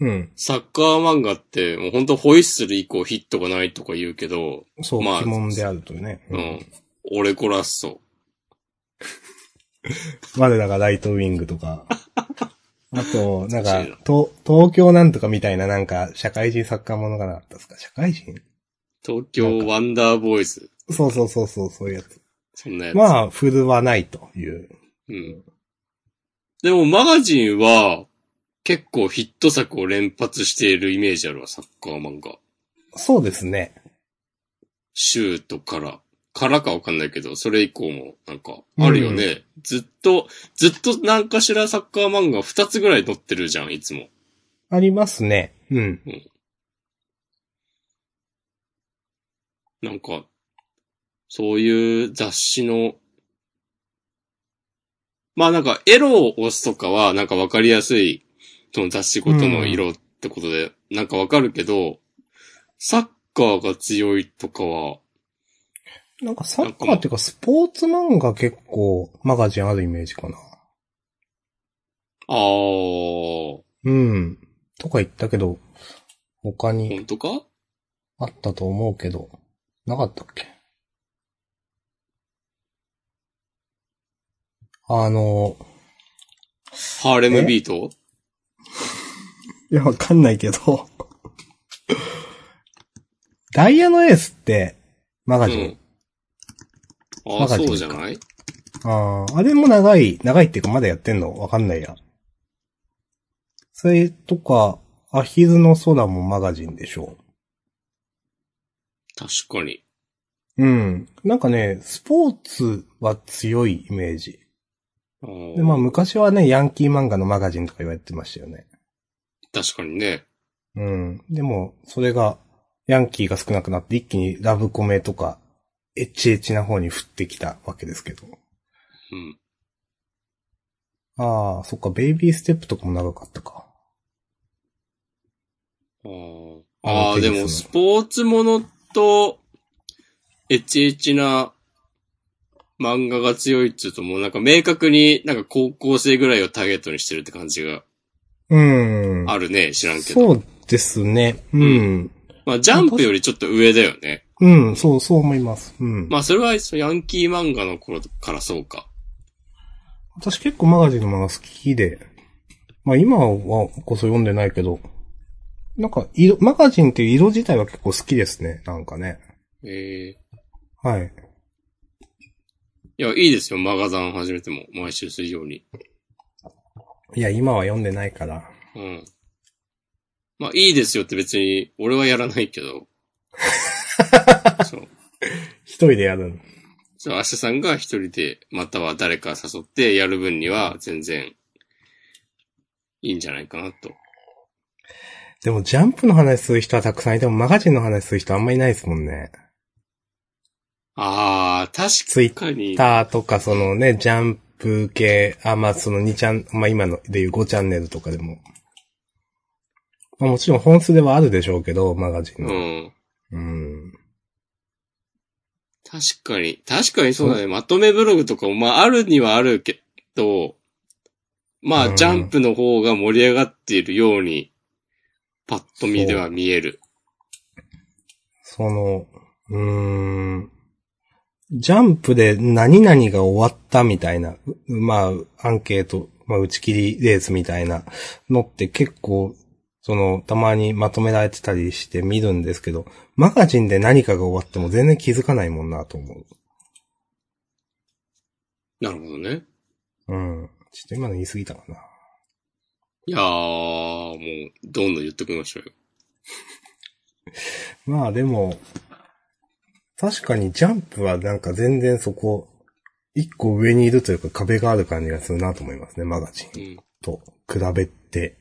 S1: う。うん。
S2: サッカー漫画って、もうほんとホイッスル以降ヒットがないとか言うけど、
S1: そう、
S2: まあ
S1: 鬼門であるというね。
S2: うん。俺コラッソ。
S1: 我らがライトウィングと *laughs* か。あと、なんか
S2: 懐かしいな、
S1: と東京なんとかみたいな、なんか、社会人サッカーものがなかったですか社会人
S2: 東京ワンダーボーイズ。
S1: そうそうそうそう、そういうやつ。
S2: そんなやつ。
S1: まあ、振るわないという。
S2: うん。でも、マガジンは、結構ヒット作を連発しているイメージあるわ、サッカー漫画。
S1: そうですね。
S2: シュートから。からかわかんないけど、それ以降も、なんか、あるよね。ずっと、ずっとなんかしらサッカー漫画二つぐらい載ってるじゃん、いつも。
S1: ありますね。うん。
S2: なんか、そういう雑誌の、まあなんか、エロを押すとかは、なんかわかりやすい、その雑誌ごとの色ってことで、なんかわかるけど、サッカーが強いとかは、
S1: なんかサッカーっていうか、スポーツ漫画結構、マガジンあるイメージかな。
S2: あー、
S1: うん。とか言ったけど、他に
S2: 本当か
S1: あったと思うけど、なかったっけあの、
S2: ハーレムビート
S1: いや、わかんないけど。ダイヤのエースって、マガジン。
S2: うん。あ
S1: マ
S2: あ、
S1: ガジン
S2: そうじゃない
S1: ああ、あれも長い、長いっていうかまだやってんのわかんないや。それとか、アヒルの空もマガジンでしょ
S2: 確かに。
S1: う。うん。なんかね、スポーツは強いイメージ。
S2: あー
S1: で、まあ昔はね、ヤンキー漫画のマガジンとか言われてましたよね。
S2: 確かにね。
S1: うん。でも、それが、ヤンキーが少なくなって一気にラブコメとか、エッチエッチな方に降ってきたわけですけど。
S2: うん。
S1: ああ、そっか、ベイビーステップとかも長かったか。
S2: あー
S1: あ
S2: あ
S1: ー
S2: ー、で
S1: テニ
S2: も、
S1: ス
S2: スポーツものと、エッチエッチな漫画が強いっつうと、もうなんか明確になんか高校生ぐらいをターゲットにしてるって感じが
S1: うん。
S2: あるね、知らんけ
S1: そ
S2: ど。
S1: うですね。うん。
S2: まあ、ジャンプよりちょっと上だよね。
S1: うん、そう、そう思います。うん。
S2: まあ、それはそのヤンキー漫画の頃からそうか。
S1: 私結構マガジンの漫画好きで、まあ今はこそ読んでないけど、なんか色、マガジンっていう色自体は結構好きですね。なんかね。
S2: ええ
S1: はい。
S2: いや、いいですよ、マガザン始めても、毎週水曜に。
S1: いや、今は読んでないから。
S2: うん。まあ、いいですよって別に、俺はやらない
S1: *laughs*
S2: けど。そう。
S1: 一人でやるの。
S2: そう、明日さんが一人で、または誰か誘ってやる分には、全然、いいんじゃないかなと。
S1: でもジャンプの話する人はたくさんいても、マガジンの話する人あんまりいないですもんね。
S2: あー、確かに。
S1: ターとか、そのね、ジャンプ系、あ、まあ、その2ちゃん、まあ今のでいう5チャンネルとかでも。まあもちろん本数ではあるでしょうけど、マガジン
S2: う
S1: の。
S2: ん。
S1: うん。
S2: 確かに。確かにそうだね。まとめブログとかも、まあ、あるにはあるけど、ま
S1: う
S2: あ、
S1: ん
S2: ジャンプの方が盛り上がっているように、パッと見では見える。
S1: その、うーん、ジャンプで何々が終わったみたいな、うまあ、アンケート、まあ、打ち切りレースみたいなのって結構、その、たまにまとめられてたりして見るんですけど、マガジンで何かが終わっても全然気づかないもんなと思う。
S2: なるほどね。
S1: うん。ちょっと今の言い過ぎたかな。
S2: いやー、もう、どんどん言ってきましょうよ。
S1: まあでも、確かにジャンプはなんか全然そこ、一個上にいるというか壁がある感じがするなと思いますね、マガジン。
S2: うん。
S1: と比べて、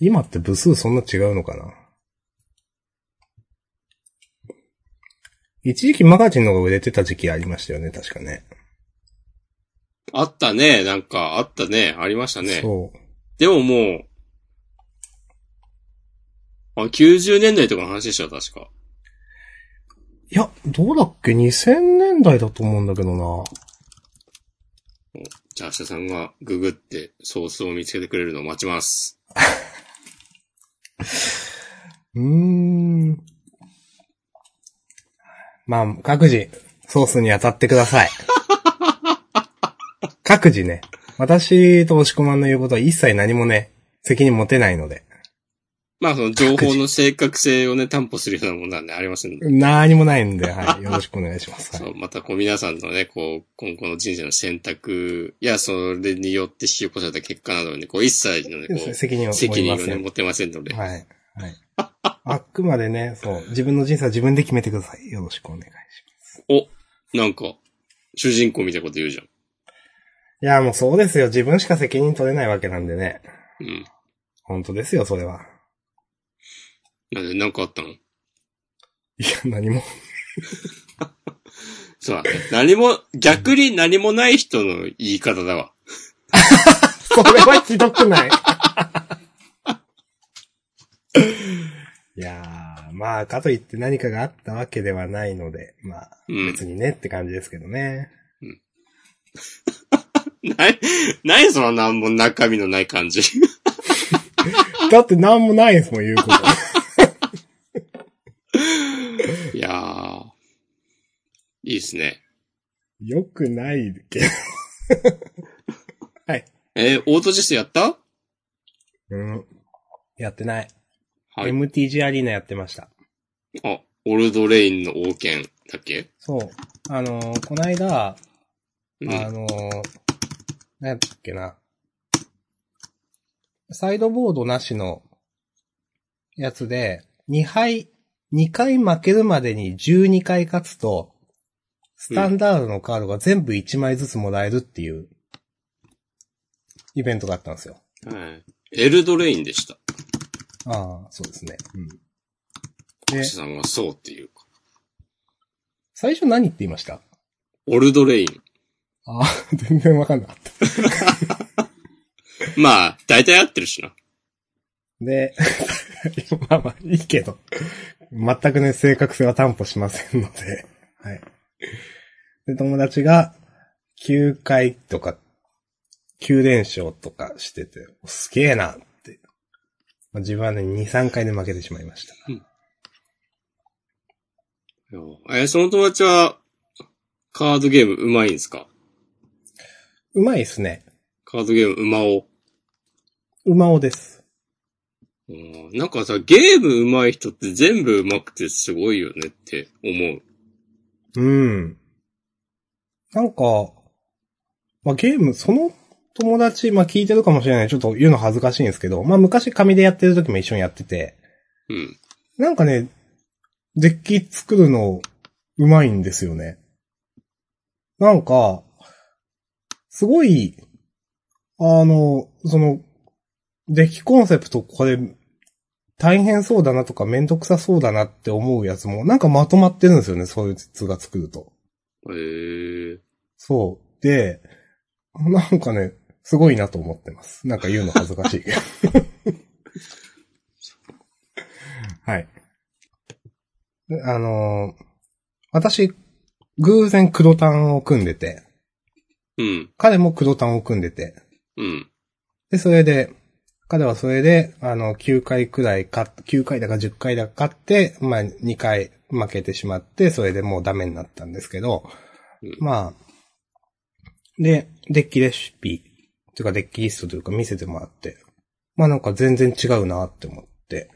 S1: 今って部数そんな違うのかな一時期マガジンの方が売れてた時期ありましたよね、確かね。
S2: あったね、なんか、あったね、ありましたね。
S1: そう。
S2: でももう、あ、90年代とかの話でしたよ、確か。
S1: いや、どうだっけ ?2000 年代だと思うんだけどな。
S2: じゃあ、明日さんがググってソースを見つけてくれるのを待ちます。
S1: うーん。まあ、各自、ソースに当たってください。各自ね。私と押し込まんの言うことは一切何もね、責任持てないので。
S2: まあ、その情報の正確性をね、担保するようなものなんでありませんので。
S1: 何もないんで、はい。よろしくお願いします。
S2: そ、
S1: はいう
S2: またこう皆さんのね、こう、今後の人生の選択や、それによって引き起こされた結果などに、こう、一切のね、こう、
S1: 責任を負
S2: 責
S1: い
S2: 任
S1: ま
S2: を
S1: せ
S2: ね、
S1: ん。
S2: 持ってませんので。
S1: はい。はい。あくまでね、そう。自分の人生は自分で決めてください。よろしくお願いします。
S2: お、なんか、主人公みたいなこと言うじゃん。
S1: いや、もうそうですよ。自分しか責任取れないわけなんでね。
S2: うん。
S1: 本当ですよ、それは。
S2: なんで、なんかあったの
S1: いや、何も。 *laughs*
S2: そうだね。何も、逆に何もない人の言い方だわ。
S1: それはひどくない。いやー、まあ、かといって何かがあったわけではないので、まあ、
S2: うん
S1: 別にねって感じですけどね。
S2: ない、ないそのなんも中身のない感じ。 *laughs*
S1: だって何もないですもん、言うこと。
S2: いやー。いいですね。
S1: よくないけど。はい。
S2: えーオートジェスやった
S1: うん。やってない。
S2: はい
S1: MTG アリーナやってました。
S2: あ、オルドレインの王権だっけ
S1: そう。あのーこないだ、あ
S2: うん。あ
S1: のーなんやったっけな。サイドボードなしのやつで、2敗、2回負けるまでに12回勝つと、スタンダードのカードが全部1枚ずつもらえるっていう、イベントがあったんですよ。
S2: はい、エルドレインでした。
S1: ああ、そうですね。うん。
S2: お
S1: で
S2: し、さんはそうっていうか。
S1: 最初何って言いました
S2: オルドレイン。
S1: ああ、全然わかんなかった。
S2: まあ、大体合ってるしな。
S1: で、 *laughs* まあまあ、いいけど、全くね、正確性は担保しませんので、はい。で、友達が、9回とか、9連勝とかしてて、すげえなって。まあ、自分はね、2、3回で負けてしまいました。
S2: えーその友達は、カードゲーム上手いんですか
S1: うまいですね。
S2: カードゲーム馬を。
S1: 馬尾です。
S2: うんなんかさ、ゲーム上手い人って全部上手くてすごいよねって思う。
S1: うん。なんか、まあ、ゲーム、その友達、まあ、聞いてるかもしれない。ちょっと言うの恥ずかしいんですけど、まあ、昔紙でやってる時も一緒にやってて、
S2: うん。
S1: なんかね、デッキ作るの、うまいんですよね。なんか、すごい、あの、その、デッキコンセプト、これ、大変そうだなとか、めんどくさそうだなって思うやつも、なんかまとまってるんですよね、そういう図が作ると。
S2: えー、
S1: そう。で、なんかね、すごいなと思ってます。なんか言うの恥ずかしいけ *laughs* ど。はい。あのー私、偶然黒単を組んでて、
S2: うん、
S1: 彼も黒単を組んでて、
S2: うん、
S1: で、それで、彼はそれで、あの、9回くらい勝っ、9回だか10回だか勝って、まあ、2回負けてしまって、それでもうダメになったんですけど、
S2: うん
S1: まあ、で、デッキレシピ、というかデッキリストというか見せてもらって、まあなんか全然違うなって思って、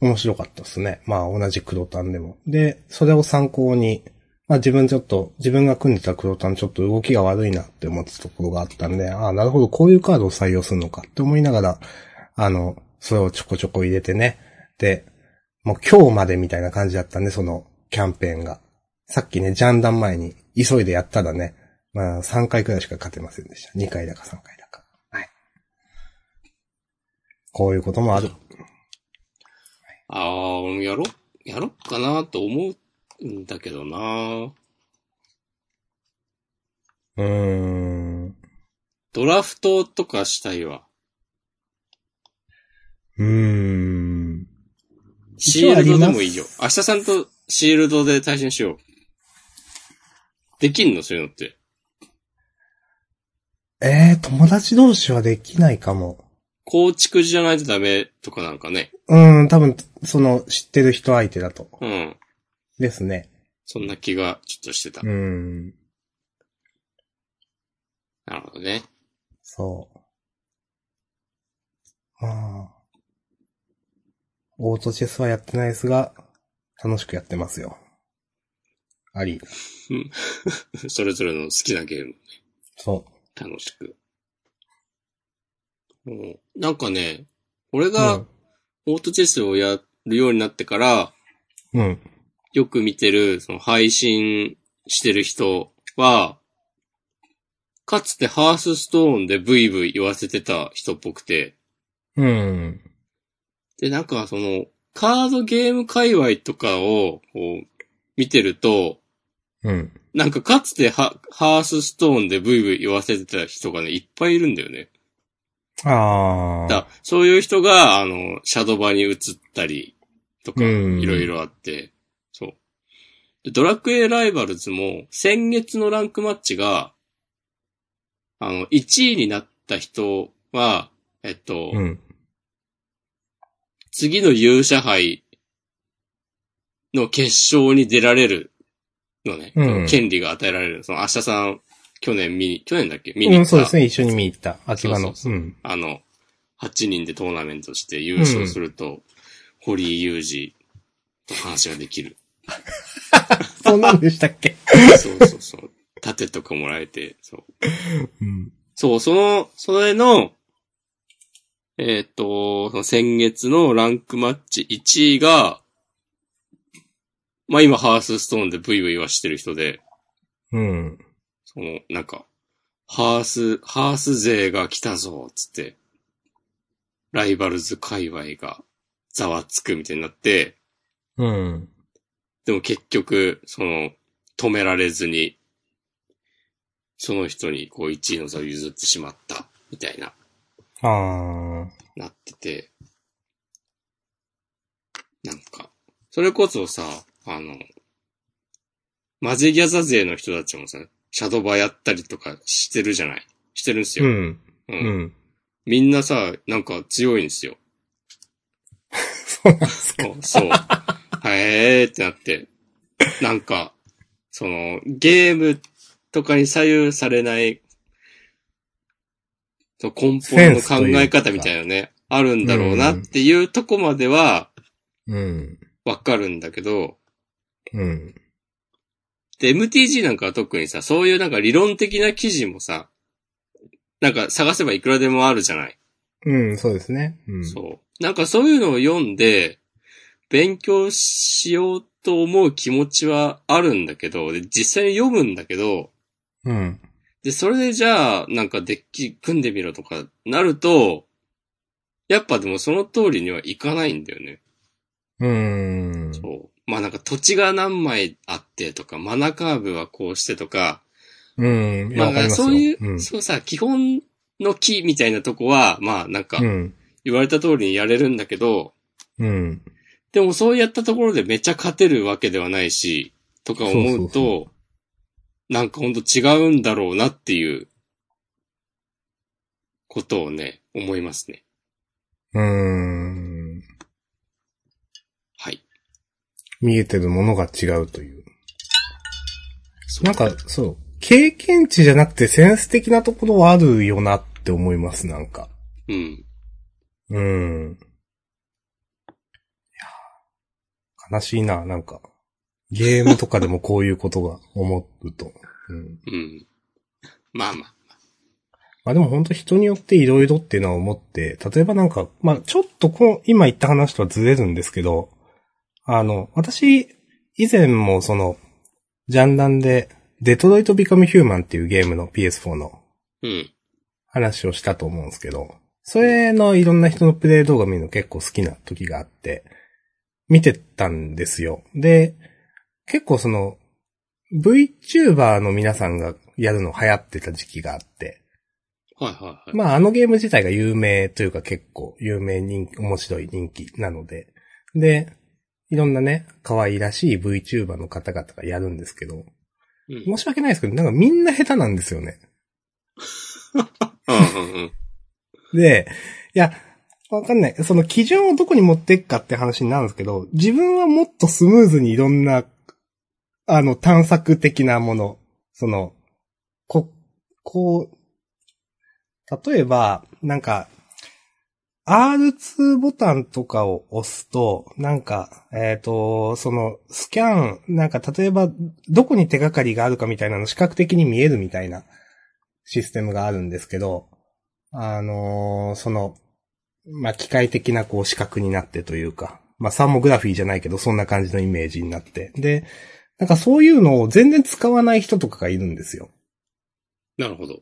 S1: 面白かったですね。まあ同じ黒単でも。で、それを参考に、まあ自分ちょっと、自分が組んでた黒単ちょっと動きが悪いなって思ってたところがあったんで、ああ、なるほど、こういうカードを採用するのかって思いながら、あの、それをちょこちょこ入れてね。で、もう今日までみたいな感じだったね、そのキャンペーンが。さっきね、ジャンダン前に急いでやったらね、まあ3回くらいしか勝てませんでした。2回だか3回だか。はい。こういうこともある。
S2: ああ、俺もやろ、やろっかなと思うんだけどな
S1: うーん。
S2: ドラフトとかしたいわ。
S1: うーん。
S2: シールドでもいい
S1: 一応あり
S2: よ
S1: ま。す
S2: 明日さんとシールドで対戦しよう。できんのそういうのって。
S1: えー、友達同士はできないかも。
S2: 構築じゃないとダメとかなんかね。
S1: うん、多分、その、知ってる人相手だと。
S2: うん。
S1: ですね。
S2: そんな気がちょっとしてた。
S1: うん。
S2: なるほどね。 *laughs*
S1: そう。まあ。オートチェスはやってないですが、楽しくやってますよ。あり。
S2: それぞれの好きなゲーム、
S1: そ
S2: 楽しく。うんなんかね、俺
S1: う。
S2: がオートチェスをやるようになってから、
S1: うん。うん。
S2: よく見てる、その配信してる人は、かつてハースストーンでブイブイ言わせてた人っぽくて、
S1: うん。
S2: で、なんかその、カードゲーム界隈とかを、こう、見てると、
S1: うん。
S2: なんかかつてハハースストーンでブイブイ言わせてた人がね、いっぱいいるんだよね。
S1: あ
S2: だ
S1: あ。
S2: そういう人が、あの、シャドバに移ったりとか、
S1: うん
S2: いろいろあって、そう。でドラクエライバルズも、先月のランクマッチが、あの、1位になった人は、えっと、
S1: うん。
S2: 次の勇者杯の決勝に出られるのね、
S1: うん
S2: 権利が与えられる。その、明日さん、去年見に、去年だっけ見に
S1: う
S2: 行
S1: ん、
S2: った、
S1: そうですね。一緒に見に行った。秋葉の。
S2: そうそうそう
S1: うん。
S2: あの、8人でトーナメントして優勝すると、堀井雄二と話ができる。
S1: そんなんでしたっけ
S2: そうそうそう。盾とかもらえて、そう。
S1: うん。
S2: そう、その、それの、えーっ、と、その先月のランクマッチ1位が、まあ今ハースストーンでブイブイはしてる人で、
S1: うん。
S2: その、なんか、ハース、ハース勢が来たぞ、つって、ライバルズ界隈がざわつくみたいになって、
S1: うん。
S2: でも結局、その、止められずに、その人にこう1位の座を譲ってしまった、みたいな、
S1: ああ。
S2: なってて、なんか、それこそさ、あの、マジギャザ勢の人たちもさ、シャドバやったりとかしてるじゃないしてるんです
S1: う
S2: よ。
S1: ん。
S2: う
S1: うんん。
S2: みんなさ、なんか強いんですよ。
S1: そうなんですか。
S2: *laughs* そう。そうへえーってなって。なんか、その、ゲームとかに左右されない、そう根本の考え方みたいなね、あるんだろうなっていうとこまでは
S1: うん。
S2: わかるんだけど、
S1: うん。
S2: で、MTG なんかは特にさ、そういうなんか理論的な記事もさ、なんか探せばいくらでもあるじゃない
S1: うん、そうですね。うん。
S2: そう。なんかそういうのを読んで、勉強しようと思う気持ちはあるんだけど、で、実際に読むんだけど、
S1: うん。
S2: で、それでじゃあ、なんかデッキ組んでみろとかなると、やっぱでもその通りにはいかないんだよね。
S1: うん。
S2: そう。まあなんか土地が何枚あってとか、マナカーブはこうしてとか、
S1: うん。いや
S2: ま
S1: わかり
S2: あ
S1: ますよ
S2: そういう、
S1: うん。
S2: そうさ、基本の木みたいなとこは、まあなんか
S1: うん。
S2: 言われた通りにやれるんだけど、
S1: うん。
S2: でもそうやったところでめっちゃ勝てるわけではないし、とか思
S1: そううそう
S2: と、なんかほんと違うんだろうなっていう、ことをね、思いますね。
S1: うーん。
S2: はい。
S1: 見えてるものが違うという。
S2: そう
S1: なんか、そう。経験値じゃなくてセンス的なところはあるよなって思います、なんか。
S2: うん。
S1: うん。いや、悲しいな、なんか。ゲームとかでもこういうことが思うと。うん。
S2: うん。まあまあ。
S1: まあでも本当人によって色々っていうのは思って、例えばなんか、まあちょっとこう、今言った話とはずれるんですけど、あの、私、以前もその、ジャンダンで、デトロイトビカムヒューマンっていうゲームの PS4 の
S2: うん。
S1: 話をしたと思うんですけど、それのいろんな人のプレイ動画見るの結構好きな時があって、見てたんですよ。で、結構その、VTuber の皆さんがやるの流行ってた時期があって、
S2: はいはいはい。
S1: まああのゲーム自体が有名というか結構有名人気、面白い人気なので、で、いろんなね、可愛らしい VTuber の方々がやるんですけど、
S2: うん。うん
S1: 申し訳ないですけど、なんかみんな下手なんですよね。
S2: うんうん。
S1: で、いや、わかんない。その基準をどこに持っていくかって話になるんですけど、自分はもっとスムーズにいろんな、あの、探索的なもの、その、こ、こう、例えば、なんか、R2 ボタンとかを押すと、なんか、えっ、と、その、スキャン、なんか、例えば、どこに手がかりがあるかみたいなの視覚的に見えるみたいなシステムがあるんですけど、あのーその、まあ、機械的なこう視覚になってというか、まあ、サーモグラフィーじゃないけど、そんな感じのイメージになって。で、なんかそういうのを全然使わない人とかがいるんですよ。
S2: なるほど。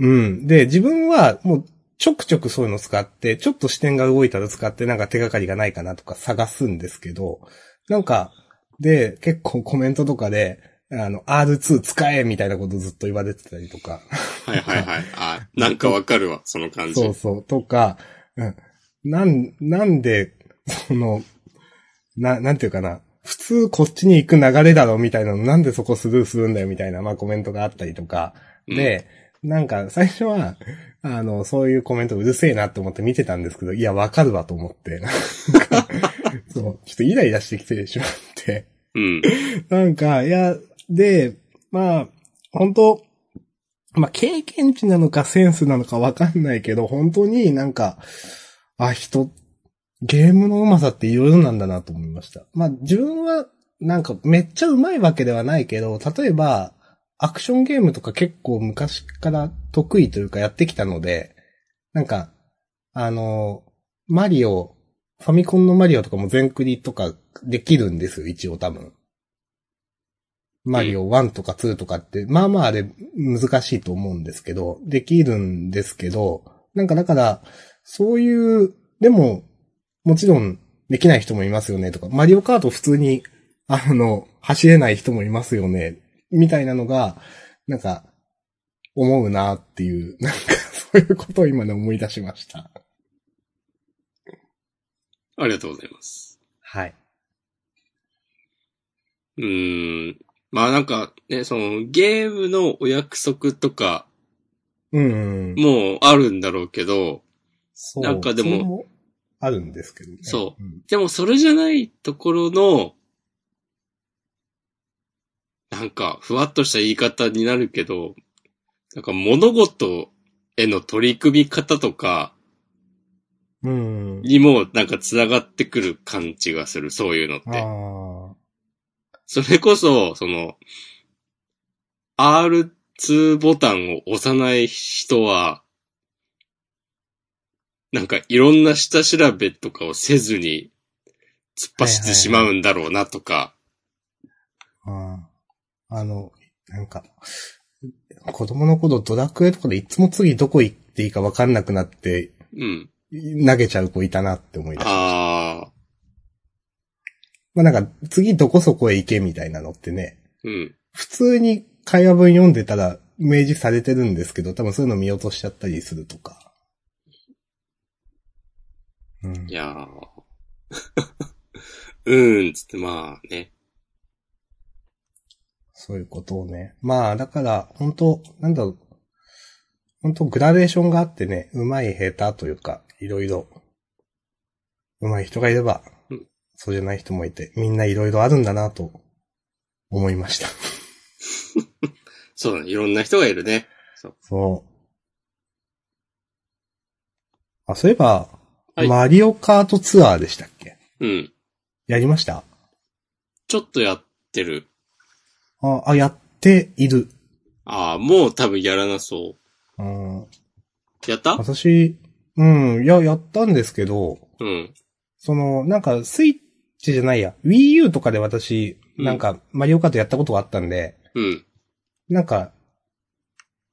S1: うん。で、自分はもうちょくちょくそういうの使って、ちょっと視点が動いたら使ってなんか手がかりがないかなとか探すんですけど、なんか、で、結構コメントとかで、あの、R2 使えみたいなことずっと言われてたりとか、
S2: はいはいはい。あ、なんかわかるわ、その感じ。
S1: そうそう、とか、うんなん、なんで、その、な、なんていうかな、普通こっちに行く流れだろみたいなの、なんでそこスルーするんだよみたいな、まあコメントがあったりとか、
S2: うん
S1: で、なんか最初は、あの、そういうコメントうるせえなって思って見てたんですけど、いや、わかるわと思って、なんかそう、ちょっとイライラしてきてしまって、
S2: うん。
S1: *laughs* なんか、いや、で、まあ、本当まあ、経験値なのかセンスなのかわかんないけど、本当になんか、あ、人、ゲームの上手さっていろいろなんだなと思いました。まあ、自分は、なんか、めっちゃ上手いわけではないけど、例えば、アクションゲームとか結構昔から得意というかやってきたので、なんか、あの、マリオ、ファミコンのマリオとかも全クリとかできるんですよ、一応多分。マリオ1とか2とかって、まあまああれ難しいと思うんですけど、できるんですけど、なんかだから、そういう、でも、もちろんできない人もいますよねとか、マリオカート普通に、あの、走れない人もいますよね、みたいなのが、なんか、思うなっていう、 *laughs* なんかそういうことを今ね思い出しました。
S2: ありがとうございます。
S1: はい。
S2: うーん。まあなんか、ね、その、ゲームのお約束とか、
S1: うんうん。
S2: もうあるんだろうけど、
S1: そう
S2: なんかでも
S1: それあるんですけどね。
S2: そ
S1: うん。
S2: でもそれじゃないところの、なんか、ふわっとした言い方になるけど、なんか物事への取り組み方とか
S1: うん。
S2: にもなんか繋がってくる感じがする、そういうのって。
S1: あ
S2: それこそ、その、R2 ボタンを押さない人は、なんかいろんな下調べとかをせずに突っ走ってしまうんだろうなとか、
S1: あ。ああ。あの、なんか、子供の頃ドラクエとかでいつも次どこ行っていいかわかんなくなって、
S2: うん。
S1: 投げちゃう子いたなって思い出した。
S2: ああ、
S1: まあなんか、次どこそこへ行けみたいなのってね、
S2: うん。
S1: 普通に会話文読んでたら明示されてるんですけど、多分そういうの見落としちゃったりするとか。うん
S2: い。やー。 *laughs* うーん、つってまあね。
S1: そういうことをね。まあ、だから、本当なんだろう。本当グラデーションがあってね、上手い下手というか、いろいろ、上手い人がいれば
S2: うん、
S1: そうじゃない人もいて、みんないろいろあるんだなと、思いました。
S2: そうだね。いろんな人がいるね。
S1: そう。あ、そういえば、
S2: はい
S1: マリオカートツアーでしたっけ
S2: うん。
S1: やりました
S2: ちょっとやってる。
S1: ああ、やっている。
S2: ああ、もう多分やらなそ
S1: うん、
S2: う。やった
S1: 私、うん、いや、やったんですけど、
S2: うん。
S1: その、なんか、スイッチじゃないや、Wii U とかで私、
S2: うん
S1: なんか、マリオカートやったことがあったんで、
S2: うん。
S1: なんか、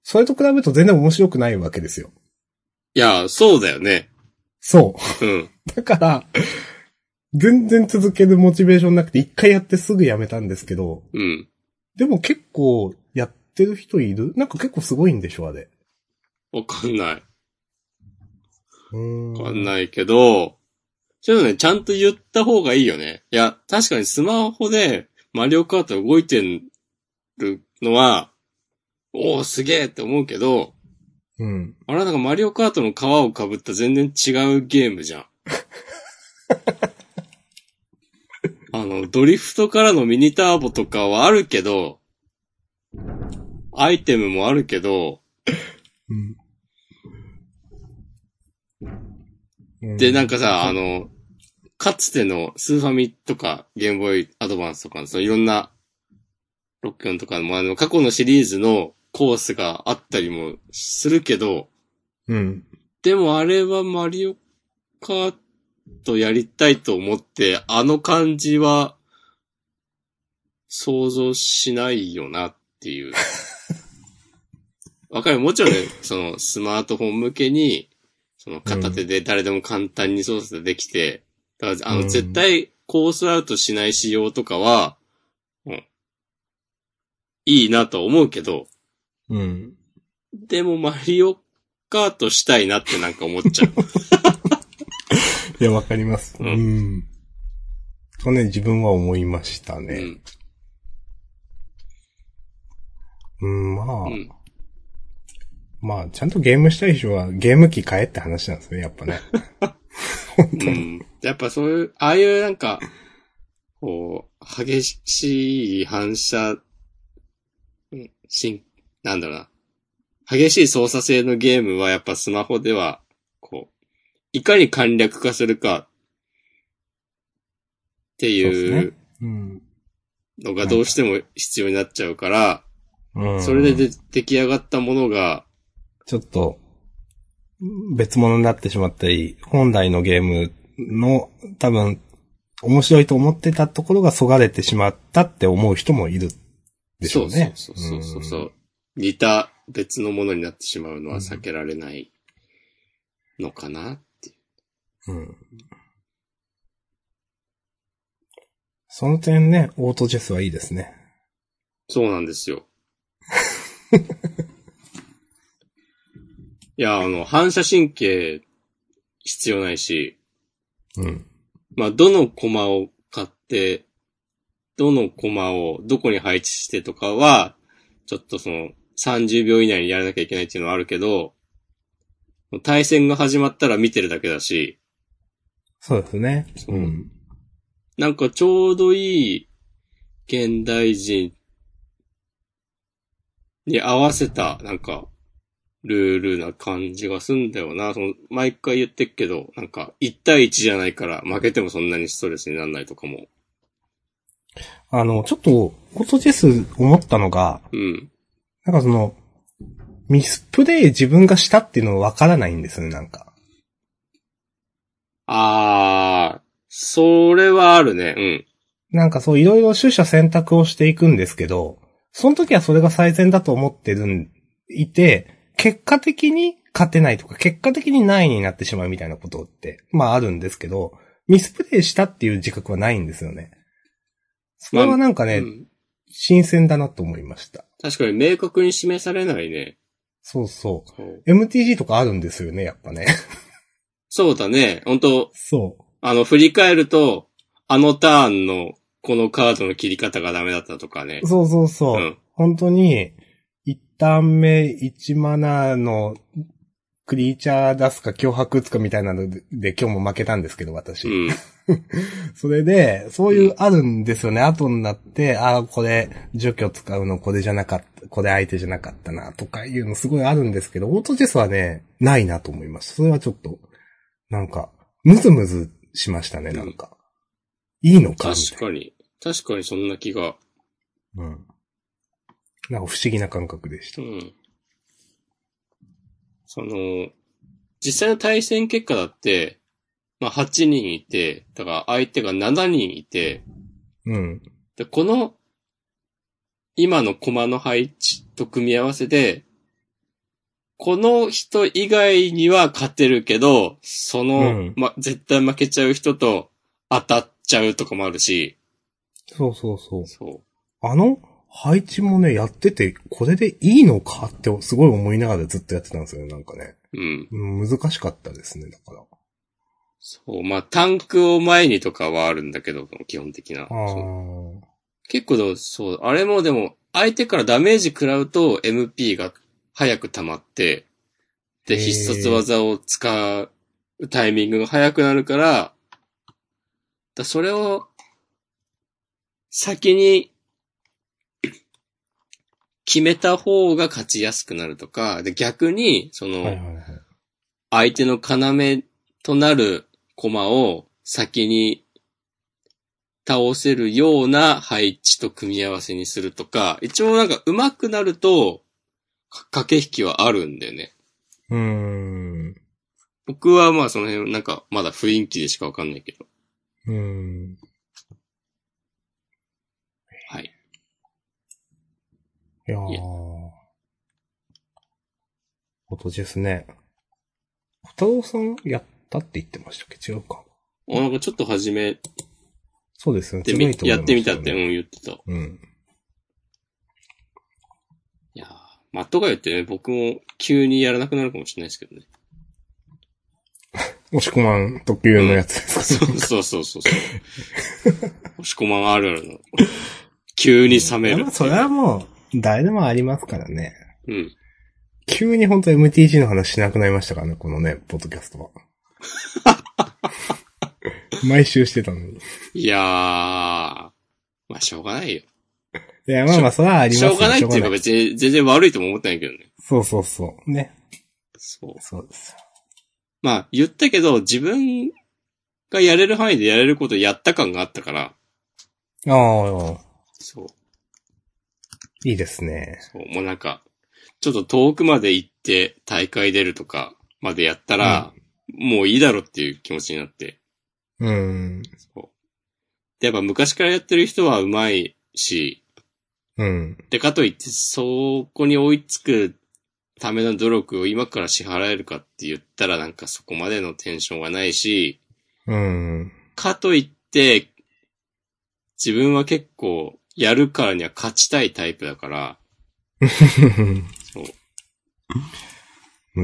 S1: それと比べると全然面白くないわけですよ。
S2: いや、そうだよね。
S1: そ
S2: うん。
S1: う。 *laughs* だから、全然続けるモチベーションなくて、一回やってすぐやめたんですけど、
S2: うん。
S1: でも結構、やってる人いるなんか結構すごいんでしょ、あれ。
S2: わかんない。
S1: うーん。
S2: わかんないけど、ちょっとね、ちゃんと言った方がいいよね。いや、確かにスマホでマリオカート動いてるのは、おおすげえって思うけど、
S1: うん。
S2: あれなんかマリオカートの皮を被った全然違うゲームじゃん。あの、ドリフトからのミニターボとかはあるけど、アイテムもあるけど、
S1: うん。
S2: で、なんかさ、あの、かつてのスーファミとか、ゲームボーイアドバンスとかの、そのいろんな、64とかの、あの、過去のシリーズのコースがあったりもするけど、
S1: うん。
S2: でもあれはマリオカートやりたいと思って、あの感じは、想像しないよなっていう。わかるも
S1: *laughs*
S2: ちろんね、そのスマートフォン向けに、その片手で誰でも簡単に操作できて、だからあ
S1: う
S2: の
S1: ん
S2: 絶対コースアウトしない仕様とかは、うん、いいなとは思うけど、
S1: うん。
S2: でもマリオカートしたいなってなんか思っちゃう。
S1: いや、わかります。
S2: う
S1: うんん。とね、自分は思いました *laughs* ね。うん、まあ、
S2: うん。うん。
S1: まあ、ちゃんとゲームしたい人はゲーム機買えって話なんですね、やっぱね。
S2: うん。やっぱそういう、ああいうなんか、こう、激しい反射、うんしん、なんだろうな。激しい操作性のゲームはやっぱスマホでは、こう、いかに簡略化するか、って
S1: そうっ
S2: い
S1: す
S2: う
S1: ねうん。
S2: のがどうしても必要になっちゃうから、
S1: うん。
S2: それでで出来上がったものが、
S1: ちょっと、別物になってしまったり、本来のゲームの、多分、面白いと思ってたところがそがれてしまったって思う人もいるでしょうね。。
S2: そうそうそうそうそううん似た別のものになってしまうのは避けられないのかなってい
S1: う
S2: う。
S1: ん。その点ね、オートチェスはいいですね。
S2: そうなんで
S1: *laughs*
S2: すよ。いや、あの、反射神経必要ないし、
S1: うん。
S2: まあ、どの駒を買って、どの駒をどこに配置してとかは、ちょっとその30秒以内にやらなきゃいけないっていうのはあるけど、対戦が始まったら見てるだけだし、
S1: そうですね。
S2: そう
S1: うん。
S2: なんかちょうどいい現代人に合わせた、なんか、ルールな感じがすんだよな。その、毎回言ってっけど、なんか、1対1じゃないから、負けてもそんなにストレスにならないとかも。
S1: あの、ちょっと、オートチェス思ったのが、
S2: うん。
S1: なんかその、ミスプレイ自分がしたっていうのはわからないんですね、なんか。
S2: あー、それはあるね。
S1: なんかそういろいろ取捨選択をしていくんですけど、その時はそれが最善だと思ってるん、いて、結果的に勝てないとか、結果的に何位になってしまうみたいなことって、まああるんですけど、ミスプレイしたっていう自覚はないんですよね。それはなんか
S2: うん。
S1: ね、
S2: うん
S1: 新鮮だなと思いました。
S2: 確かに明確に示されないね。
S1: そうそ
S2: そう
S1: う。MTG とかあるんですよね、やっぱ
S2: *laughs*
S1: ね。
S2: そうだね。本当
S1: そう。
S2: あの、振り返ると、あのターンの、このカードの切り方がダメだったとかね。
S1: そうそうそう。
S2: うん
S1: 本当に、一旦目、一マナーのクリーチャー出すか脅迫打つかみたいなのでで今日も負けたんですけど、私。
S2: うん。
S1: それで、そういうあるんですよね。後になって、ああ、これ、除去使うのこれじゃなかった、これ相手じゃなかったな、とかいうのすごいあるんですけど、オートチェスはね、ないなと思いました。それはちょっと、なんか、ムズムズしましたね、なんか。いいのかみたい
S2: 確
S1: な
S2: かに。確かにそんな気が。
S1: うん。なんか不思議な感覚でし
S2: う
S1: た。
S2: ん。その、実際の対戦結果だって、まあ8人いて、だから相手が7人いて、
S1: うん。
S2: で、この、今の駒の配置と組み合わせで、この人以外には勝てるけど、その、
S1: うん
S2: ま、絶対負けちゃう人と当たっちゃうとかもあるし、
S1: そうそうそう。
S2: そう。
S1: あの配置もね、やってて、これでいいのかってすごい思いながらずっとやってたんですよね、なんかね。
S2: うん。
S1: うん難しかったですね、だから。
S2: そう、まあ、タンクを前にとかはあるんだけど、基本的な。
S1: ああ
S2: そう
S1: ー。
S2: 結構でも、そう、あれもでも、相手からダメージ食らうと MP が早く溜まって、
S1: へ
S2: で、
S1: ー
S2: 必殺技を使うタイミングが早くなるから、だそれを、先に、決めた方が勝ちやすくなるとか、で、逆に、その、
S1: はいはいはい。
S2: 相手の要となる駒を先に倒せるような配置と組み合わせにするとか、一応なんか上手くなると、か駆け引きはあるんだよね。
S1: うーん。
S2: 僕はまあその辺なんかまだ雰囲気でしかわかんないけど。
S1: うーん。
S2: はい。
S1: いやー
S2: いや。
S1: ことですね。小太郎さんやったって言ってましたっけ違うか。
S2: おなんかちょっと始め
S1: そうですね。
S2: て
S1: 強
S2: み
S1: い、と思
S2: や
S1: い
S2: っ
S1: ます
S2: て
S1: よね
S2: みたって、うん、言ってた。い
S1: うん。
S2: やーまあとか言ってね、僕も急にやらなくなるかもしれないですけどね。
S1: もしこまん特有のやつですか、
S2: そうそうそうそう。押し込まんあるあるの。急に冷め
S1: いや
S2: る
S1: まあ。それはもう、誰でもありますからね。
S2: うん。
S1: 急に本当 MTG の話しなくなりましたからね、このね、ポッドキャス
S2: *laughs*
S1: トは。毎週してたのに。
S2: いやー、まあしょうがないよ。
S1: いや、まあまあ、それはあります
S2: し
S1: よ
S2: ょうがないっていうか別に全然悪いとも思ってないけどね。
S1: そうそうそう。ね。
S2: そう。
S1: そうですよ。
S2: まあ言ったけど、自分がやれる範囲でやれることやった感があったから、
S1: ああ、
S2: そう。
S1: いいですね。
S2: そうもうなんか、ちょっと遠くまで行って大会出るとかまでやったら、もういいだろっていう気持ちになって。
S1: うん。
S2: そう。で、やっぱ昔からやってる人は上手いし、
S1: うん。
S2: で、かといって、そこに追いつくための努力を今から支払えるかって言ったら、なんかそこまでのテンションはないし、
S1: うん。
S2: かといって、自分は結構、やるからには勝ちたいタイプだから、そう。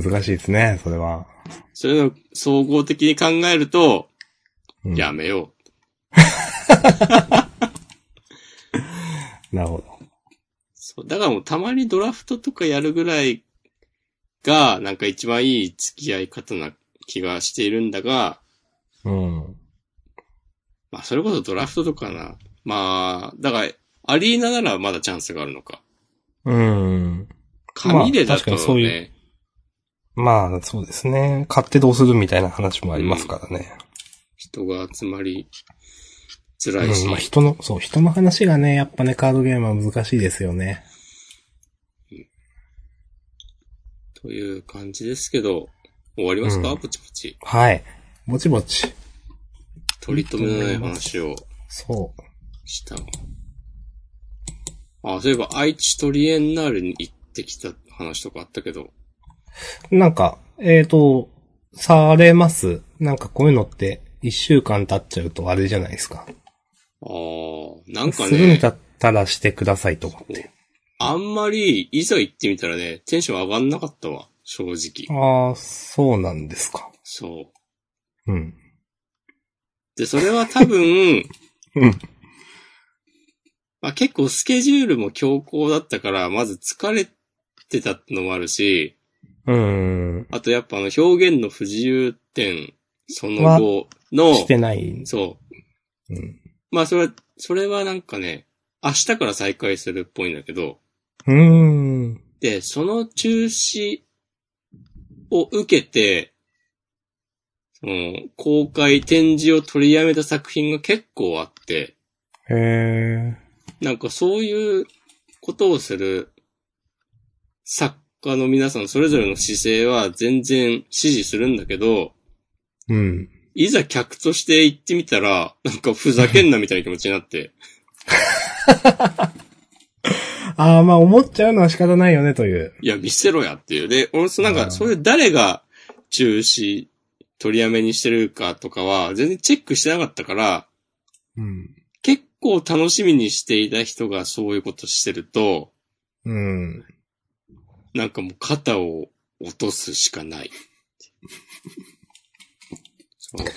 S1: 難しいですね、それは。
S2: そういうのを総合的に考えると、
S1: うん
S2: やめよう。
S1: なるほど。
S2: そう。だからもうたまにドラフトとかやるぐらいが、なんか一番いい付き合い方な気がしているんだが、
S1: うん。
S2: まあ、それこそドラフトとかな。まあ、だから、アリーナならまだチャンスがあるのか。
S1: うん。
S2: 紙でだと
S1: まあ確かにそうい
S2: ね、
S1: まあ、そうですね。買ってどうするみたいな話もありますからね。
S2: 人が集まりづ
S1: う
S2: らいし。
S1: ん、まあ人の、そう、人の話がね、やっぱね、カードゲームは難しいですよね。
S2: という感じですけど、終わりますか、
S1: うん
S2: ポチポチ。
S1: はい。ぼちぼち。
S2: 取り留めのない話を
S1: そう。
S2: した。あ、そういえば、愛知トリエンナーレに行ってきた話とかあったけど。
S1: なんか、えーと、されます。なんかこういうのって、一週間経っちゃうとあれじゃないですか。
S2: ああ、なんか
S1: するん
S2: ね
S1: だ、ったらしてくださいと思って。
S2: あんまり、いざ行ってみたらね、テンション上がんなかったわ、正直。
S1: ああ、そうなんですか。
S2: そう。
S1: うん。
S2: で、それは多分、
S1: *laughs* うん。
S2: まあ結構スケジュールも強行だったから、まず疲れってたのもあるし、
S1: うん。
S2: あとやっぱあの表現の不自由点、その後の、
S1: してない。
S2: そう。
S1: うん。
S2: まあそれは、それはなんかね、明日から再開するっぽいんだけど、
S1: うん。
S2: で、その中止を受けて、その、公開展示を取りやめた作品が結構あって、
S1: へえ。
S2: なんかそういうことをする作家の皆さんそれぞれの姿勢は全然支持するんだけど、
S1: うん。
S2: いざ客として行ってみたら、なんかふざけんなみたいな気持ちになって、 *laughs*
S1: ああ、まあ思っちゃうのは仕方ないよねという。
S2: いや、見せろやっていう。で、俺、そのなん
S1: うん
S2: か、そういう誰が中止、取りやめにしてるかとかは、全然チェックしてなかったから、
S1: うん。
S2: 結構楽しみにしていた人がそういうことしてると、
S1: うん。
S2: なんかもう肩を落とすしかない。そう。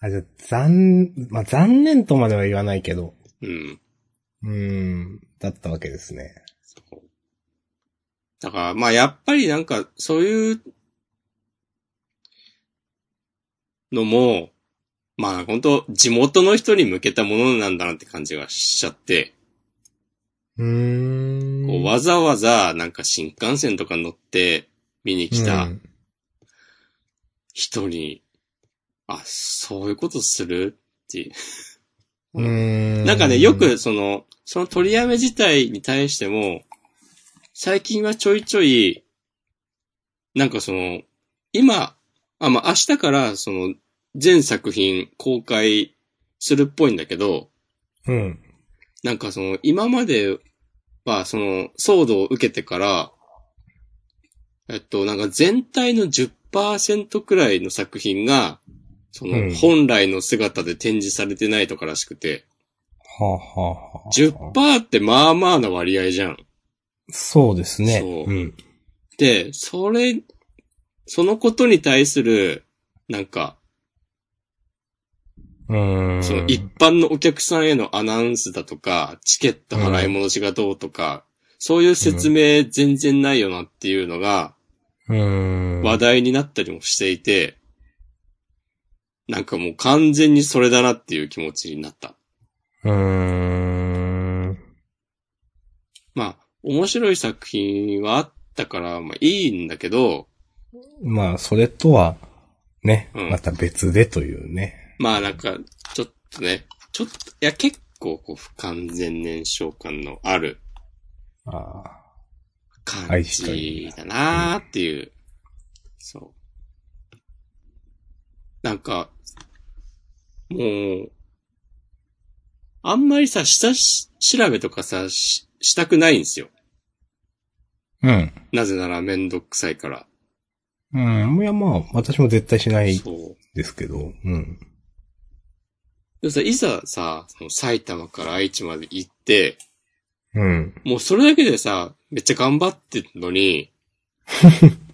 S1: あ、じゃあ、残、まあ残念とまでは言わないけど。
S2: うん。
S1: うん。だったわけですね。
S2: そうだから、まあやっぱりなんか、そういうのも、まあ本当地元の人に向けたものなんだなって感じがしちゃって、
S1: うーん。
S2: こうわざわざなんか新幹線とか乗って見に来た
S1: うん
S2: 人に、あ、そういうことするっていう
S1: うーん。
S2: なんかね、よくその、その取りやめ自体に対しても、最近はちょいちょい、なんかその、今、あ、まあ、明日からその、全作品公開するっぽいんだけど、
S1: うん。
S2: なんかその、今まではその、騒動を受けてから、えっと、なんか全体の10%くらいの作品が、その、
S1: うん
S2: 本来の姿で展示されてないとからしくて、
S1: はあ、はあはあ、
S2: 10%ってまあまあな割合じゃん。
S1: そうですね。
S2: そう
S1: うん。
S2: で、それ、そのことに対する、なんか、
S1: うーん。
S2: その一般のお客さんへのアナウンスだとか、チケット払い戻しがどうとか、そういう説明全然ないよなっていうのが
S1: うーん。
S2: 話題になったりもしていて、なんかもう完全にそれだなっていう気持ちになった。
S1: うーん。
S2: まあ、面白い作品はあったから、まあいいんだけど、
S1: まあ、それとは、ね、
S2: うん
S1: また別でというね。
S2: まあなんか、ちょっとね、ちょっと、いや結構こう不完全燃焼感のある
S1: ああ。
S2: 感じだなーっていう。そう。なんか、もう、あんまりさ、下し調べとかさ、ししたくないんですよ。
S1: うん。
S2: なぜならめんどくさいから。
S1: うん。いや、まあ、私も絶対しない
S2: そう。
S1: ですけど、うん。
S2: でもさ、いざさ、その埼玉から愛知まで行って、
S1: うん。
S2: もうそれだけでさ、めっちゃ頑張ってんのに、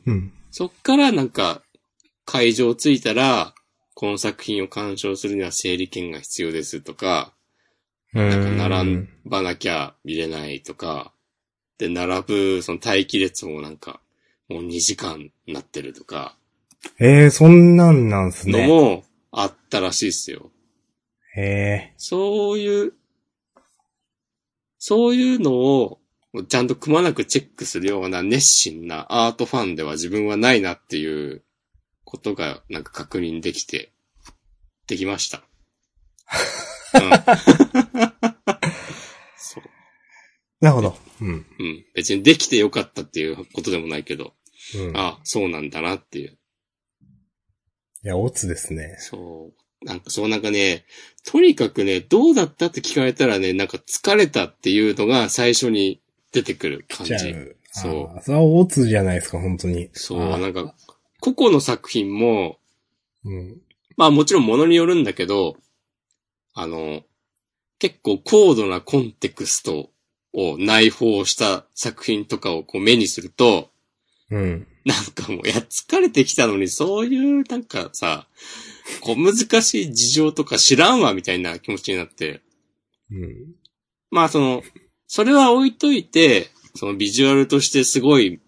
S1: うん。
S2: そっからなんか、会場着いたら、この作品を鑑賞するには整理券が必要ですとか、なんか並ばなきゃ見れないとか、で、並ぶ、その待機列もなんか、もう2時間なってるとか、
S1: ええー、そんなんなんす
S2: の
S1: ね。
S2: もあったらしいっすよ。
S1: ええ
S2: そういう、そういうのを、ちゃんとくまなくチェックするような熱心なアートファンでは自分はないなっていうことがなんか確認できて、できました。うん、そう。
S1: なるほど。うん。
S2: うん。別にできてよかったっていうことでもないけど、
S1: うん。い
S2: あ、そうなんだなっていう。
S1: や、オツですね。
S2: そう。なんかそうなんかね、とにかくね、どうだったって聞かれたらね、なんか疲れたっていうのが最初に出てくる感
S1: じゃ
S2: じ。
S1: あ、
S2: そう
S1: あー。それはオツじゃないですか、本当に。
S2: そう、
S1: あー
S2: なんか、個々の作品も、
S1: うん。
S2: まあもちろんものによるんだけど、あの、結構高度なコンテクストを内包した作品とかをこう目にすると、
S1: うん。
S2: なんかもう、いや、疲れてきたのに、そういう、なんかさ、こう難しい事情とか知らんわ、みたいな気持ちになって。
S1: うん。
S2: まあその、それは置いといて、そのビジュアルとしてすごい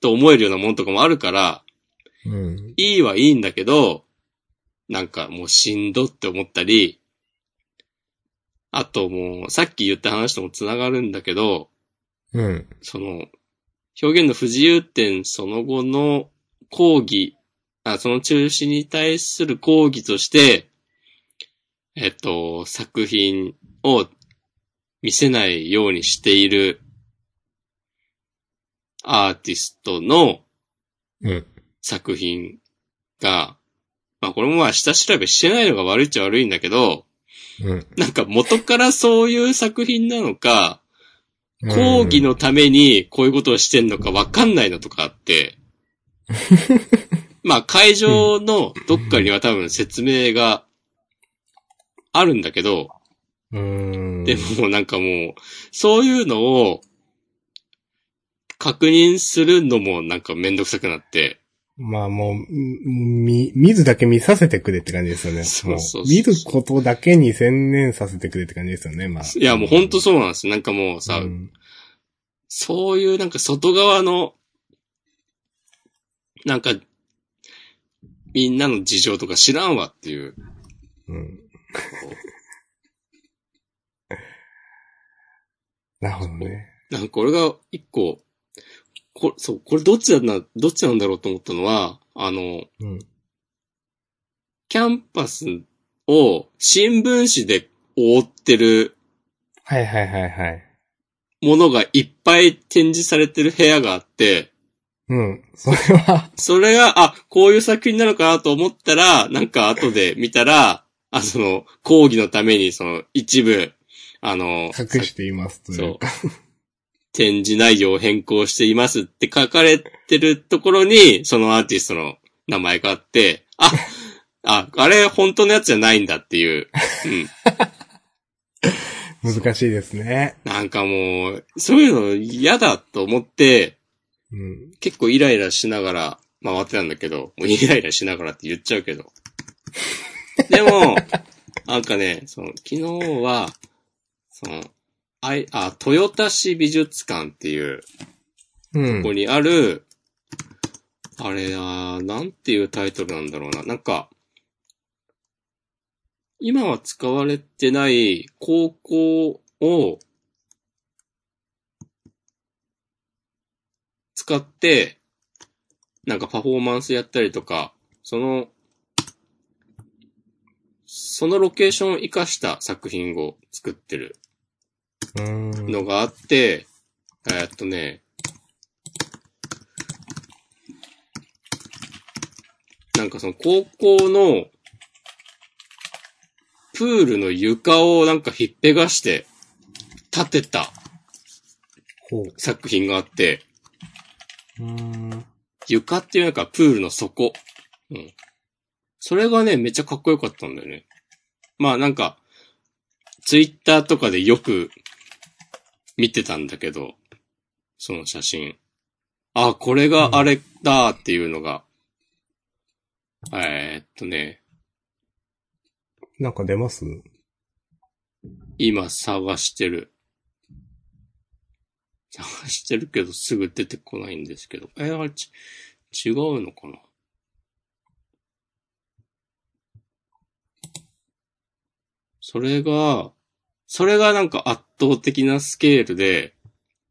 S2: と思えるようなものとかもあるから、
S1: うん。
S2: いいはいいんだけど、なんかもうしんどって思ったり、あともう、さっき言った話とも繋がるんだけど、
S1: うん。
S2: その、表現の不自由点その後の抗議、あその中止に対する抗議として、えっと、作品を見せないようにしているアーティストの
S1: うん。
S2: 作品が、まあこれもまあ下調べしてないのが悪いっちゃ悪いんだけど、
S1: うん。
S2: なんか元からそういう作品なのか、
S1: うん
S2: 講義のためにこういうことをしてんのかわかんないのとか
S1: *laughs*
S2: あって、まあ会場のどっかには多分説明があるんだけど、
S1: うん。
S2: でもなんかもう、そういうのを確認するのもなんかめんどくさくなって、
S1: まあもう、ん見、見ずだけ見させてくれって感じですよね。
S2: そうそうそう
S1: も見ることだけに専念させてくれって感じですよね、まあ。
S2: いやもうほんとそうなんです。なんかもうさ、
S1: うん
S2: そういうなんか外側の、なんか、みんなの事情とか知らんわっていう。
S1: うん。 *laughs* なるほどね。
S2: なんか俺が一個、こそう、これどっちだな、どっちなんだろうと思ったのは、あの、
S1: うん。
S2: キャンパスを新聞紙で覆ってる
S1: はいはいはいはい。
S2: ものがいっぱい展示されてる部屋があって、
S1: うん。それは、
S2: それが、あ、こういう作品なのかなと思ったら、なんか後で見たら、あ、その、講義のために、その、一部、あの、
S1: 隠していますというか。
S2: *laughs* 展示内容を変更していますって書かれてるところに、そのアーティストの名前があって、あ、あ、あれ本当のやつじゃないんだっていう。うん。
S1: 難しいですね。
S2: なんかもう、そういうの嫌だと思って、
S1: うん。
S2: 結構イライラしながら回ってたんだけど、もうイライラしながらって言っちゃうけど。でも、なんかね、その、昨日は、その、あい、あ、豊田市美術館っていう、
S1: う
S2: ここ
S1: ん。
S2: にある、あれだ、なんていうタイトルなんだろうな。なんか、今は使われてない高校を使って、なんかパフォーマンスやったりとか、その、そのロケーションを活かした作品を作ってる
S1: うん。
S2: のがあって、えーっとね、なんかその高校のプールの床をなんかひっぺがして立てた
S1: ほう。
S2: 作品があって、
S1: うん。
S2: 床っていうのかプールの底。うん。それがね、めっちゃかっこよかったんだよね。まあなんか、ツイッターとかでよく見てたんだけど、その写真。あ、これがあれだっていうのが、えーっとね、
S1: なんか出ます
S2: 今探してる。探してるけどすぐ出てこないんですけど。えーあれち、違うのかなそれが、それがなんか圧倒的なスケールで、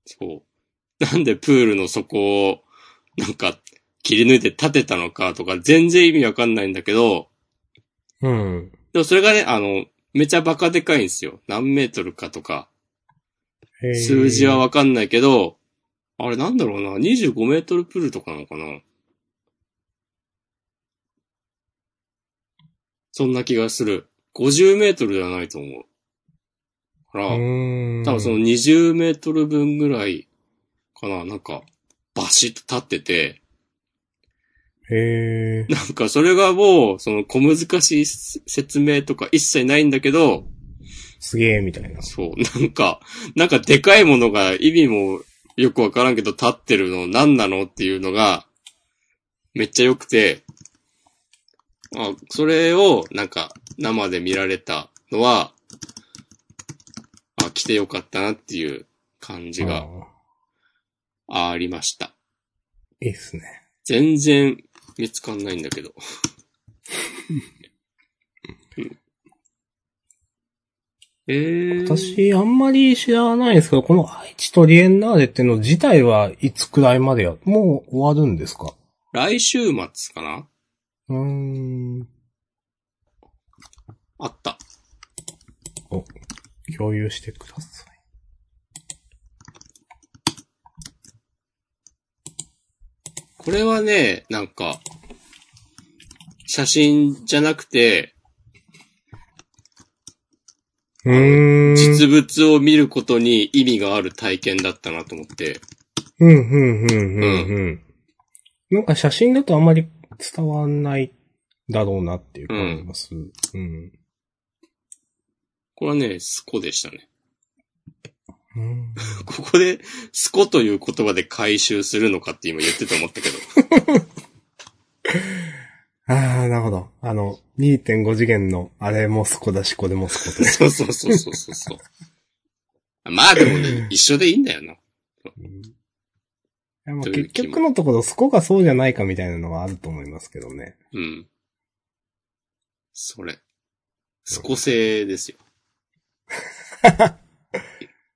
S2: そう。なんでプールの底を、なんか、切り抜いて立てたのかとか、全然意味わかんないんだけど、
S1: うん。
S2: でもそれがね、あの、めちゃバカでかいんですよ。何メートルかとか。
S1: へー
S2: 数字はわかんないけど、あれなんだろうな、25メートルプールとかなのかなそんな気がする。50メートルではないと思う。から、
S1: うーん。
S2: 多分その20メートル分ぐらいかな、なんか、バシッと立ってて、
S1: へえ。
S2: なんかそれがもう、その小難しい説明とか一切ないんだけど、
S1: すげえ、みたいな。
S2: そう、 *laughs* なんか、なんかでかいものが意味もよくわからんけど立ってるの何なのっていうのが、めっちゃ良くて、あ、それをなんか生で見られたのは、あ、来てよかったなっていう感じが
S1: あ
S2: ありました。
S1: いいですね。
S2: 全然見つかんないんだけ
S1: *laughs*
S2: ど。 *laughs* えー、
S1: 私、あんまり知らないんですけど、この愛知トリエンナーレっていうの自体はいつくらいまでや、もう終わるんですか
S2: 来週末かな
S1: うーん。
S2: あった。
S1: お、共有してください。
S2: これはね、なんか、写真じゃなくて、
S1: うーん。
S2: 実物を見ることに意味がある体験だったなと思って。
S1: うん、うん、うん、うん、うん。なんか写真だとあんまり伝わんないだろうなっていう感じがする。うん。
S2: これはね、スコでしたね。 *laughs*
S1: うん、
S2: ここで、スコという言葉で回収するのかって今言ってて思ったけど。 *laughs*
S1: ああ、なるほど。あの、2.5次元のあれもそこだし、これもそこだし。
S2: そうそうそうそうそうそう。まあでもね、一緒でいいんだよな。
S1: うんいやまあ
S2: という
S1: 結
S2: 気も
S1: 局のところ、そこがそうじゃないかみたいなのはあると思いますけどね。
S2: うん。それ。スコ製ですよ。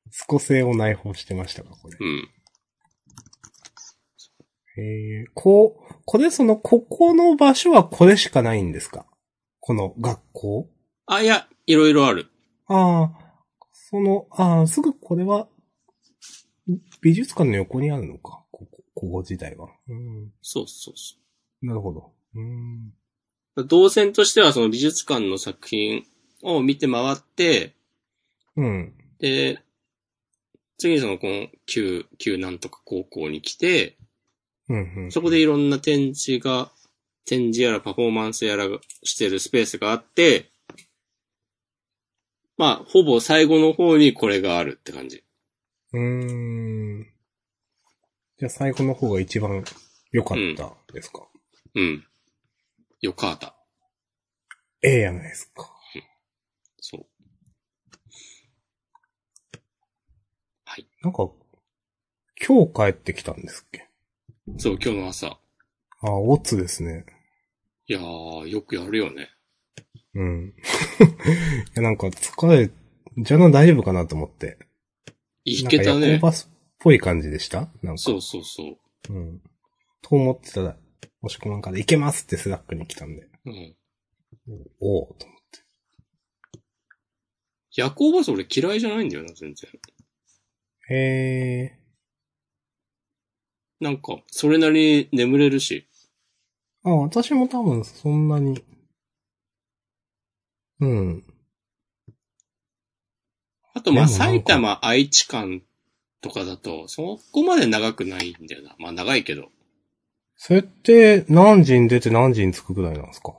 S1: スコ性を内包してましたか、これ。
S2: うん。
S1: えー、こう、これその、ここの場所はこれしかないんですかこの学校
S2: あ、いや、いろいろある。
S1: ああ、その、ああ、すぐこれは、美術館の横にあるのか、ここ、ここ自体は。うん。
S2: そうそうそ
S1: なるほど。うん。
S2: う。動線としてはその美術館の作品を見て回って、
S1: うん。
S2: で、次にそのこの旧、旧なんとか高校に来て、
S1: うん、うん。
S2: そこでいろんな展示が、展示やらパフォーマンスやらがしてるスペースがあって、まあ、ほぼ最後の方にこれがあるって感じ。
S1: うーん。じゃあ最後の方が一番良かったですか、
S2: うん。よかった。
S1: ええやないですか。
S2: そう。
S1: なんか、今日帰ってきたんですっけ
S2: そう、今日の朝。
S1: ああ、オッツですね。
S2: いやー、よくやるよね。
S1: うん。 *laughs* いや、なんか疲れ、じゃあな大丈夫かなと思って。
S2: いけた
S1: なんか夜
S2: ね
S1: 行。バスっぽい感じでしたなんか。
S2: そうそうそう。
S1: うん。と思ってたら、もしくなんかで、行けますってスラックに来たんで。
S2: うん。
S1: おおうと思って
S2: 夜行バス俺嫌いじゃないんだよな、全然。
S1: へえ。
S2: なんか、それなりに眠れるし。
S1: あ、私も多分そんなに。うん。
S2: あと、ま
S1: でもなん
S2: あ、
S1: か
S2: 埼玉、愛知間とかだと、そこまで長くないんだよな。まあ、長いけど。
S1: それって何時に出て何時に着くぐらいなんですか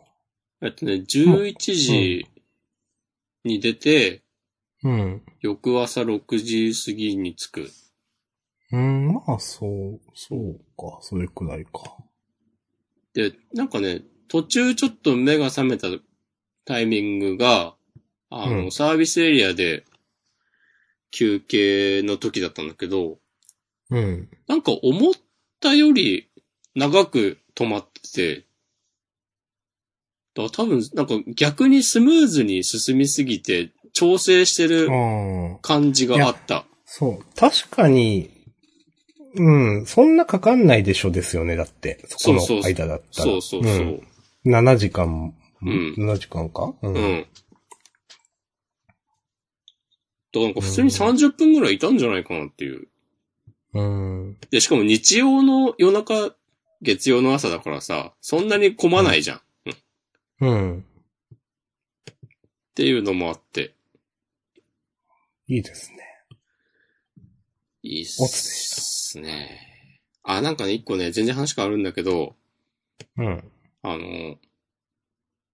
S2: えっとね、11時に出て、
S1: うん。
S2: 翌朝6時過ぎに着く。
S1: うん、まあ、そう、そうか、それくらいか。
S2: で、なんかね、途中ちょっと目が覚めたタイミングが、あの、
S1: うん
S2: サービスエリアで休憩の時だったんだけど、
S1: うん。
S2: なんか思ったより長く止まってて、だから多分、なんか逆にスムーズに進みすぎて、調整してる
S1: ああ、
S2: 感じがあった。
S1: そう。確かに、うん、そんなかかんないでしょですよね、だって。そこ
S2: そう
S1: の
S2: そう
S1: 間だったら。
S2: そうそうそう。
S1: ん7時間、
S2: ん
S1: 7時間かう
S2: う。ん。だからなんか普通に30分ぐらいいたんじゃないかなっていう。
S1: うん。
S2: で、しかも日曜の夜中、月曜の朝だからさ、そんなに混まないじゃん。っ
S1: うん。
S2: ていうのもあって、
S1: いいですね。
S2: いい
S1: オ
S2: っ
S1: ツでし
S2: すね。あ、なんかね、一個ね、全然話変わるんだけど、
S1: うん。
S2: あの、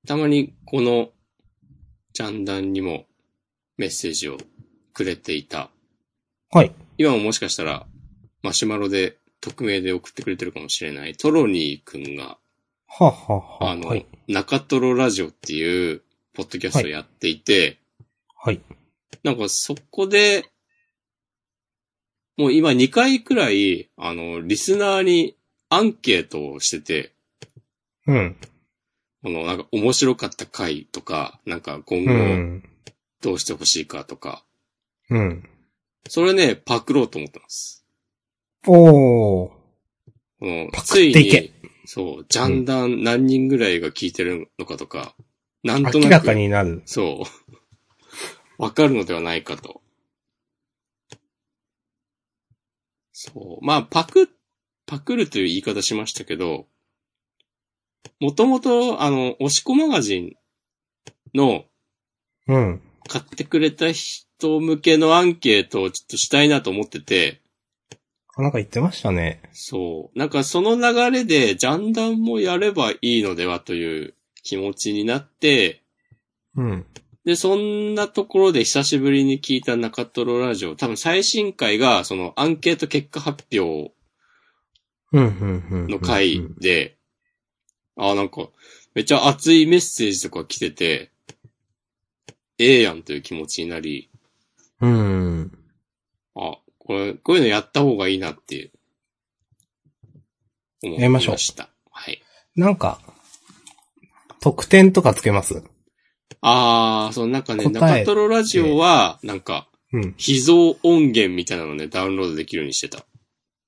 S2: たまにこの、ジャンダンにもメッセージをくれていた。
S1: はい。
S2: 今ももしかしたら、マシュマロで、匿名で送ってくれてるかもしれない、トロニーくんが、
S1: はあはあはあ
S2: あの、
S1: はい。
S2: 中トロラジオっていう、ポッドキャストをやっていて、
S1: はい。
S2: なんかそこで、もう今2回くらい、あの、リスナーにアンケートをしてて、
S1: うん。
S2: この、なんか面白かった回とか、なんか今
S1: う
S2: 後
S1: ん。
S2: どうしてほしいかとか、
S1: うん。
S2: それね、パクろうと思ってます。
S1: おー。
S2: この
S1: パクっ
S2: つ
S1: て
S2: い
S1: いけ
S2: に、そう、ジャンダン何人ぐらいが聞いてるのかとか、なんと
S1: 明
S2: な
S1: らか
S2: く、
S1: になる。
S2: *laughs* そう、わかるのではないかと。そう、まあ、パク、パクるという言い方しましたけど、もともと、あの、押し子マガジンの
S1: うん。
S2: 買ってくれた人向けのアンケートをちょっとしたいなと思ってて、
S1: あ、なんか言ってましたね。
S2: そう。なんかその流れで、ジャンダンもやればいいのではという気持ちになって、
S1: うん。
S2: で、そんなところで久しぶりに聞いた中トロラジオ、多分最新回が、そのアンケート結果発表
S1: うん、うん、うん。
S2: の回で、あ、なんか、めっちゃ熱いメッセージとか来てて、ええやんという気持ちになり、
S1: うん。
S2: あ、これ、こういうのやった方がいいなって、思
S1: やりましょう
S2: した。はい。
S1: なんか、特典とかつけます
S2: ああ、そう、なんかね、
S1: 答え
S2: 中トロラジオは、なんか、
S1: うん。
S2: 秘蔵音源みたいなのね、ダウンロードできるようにしてた。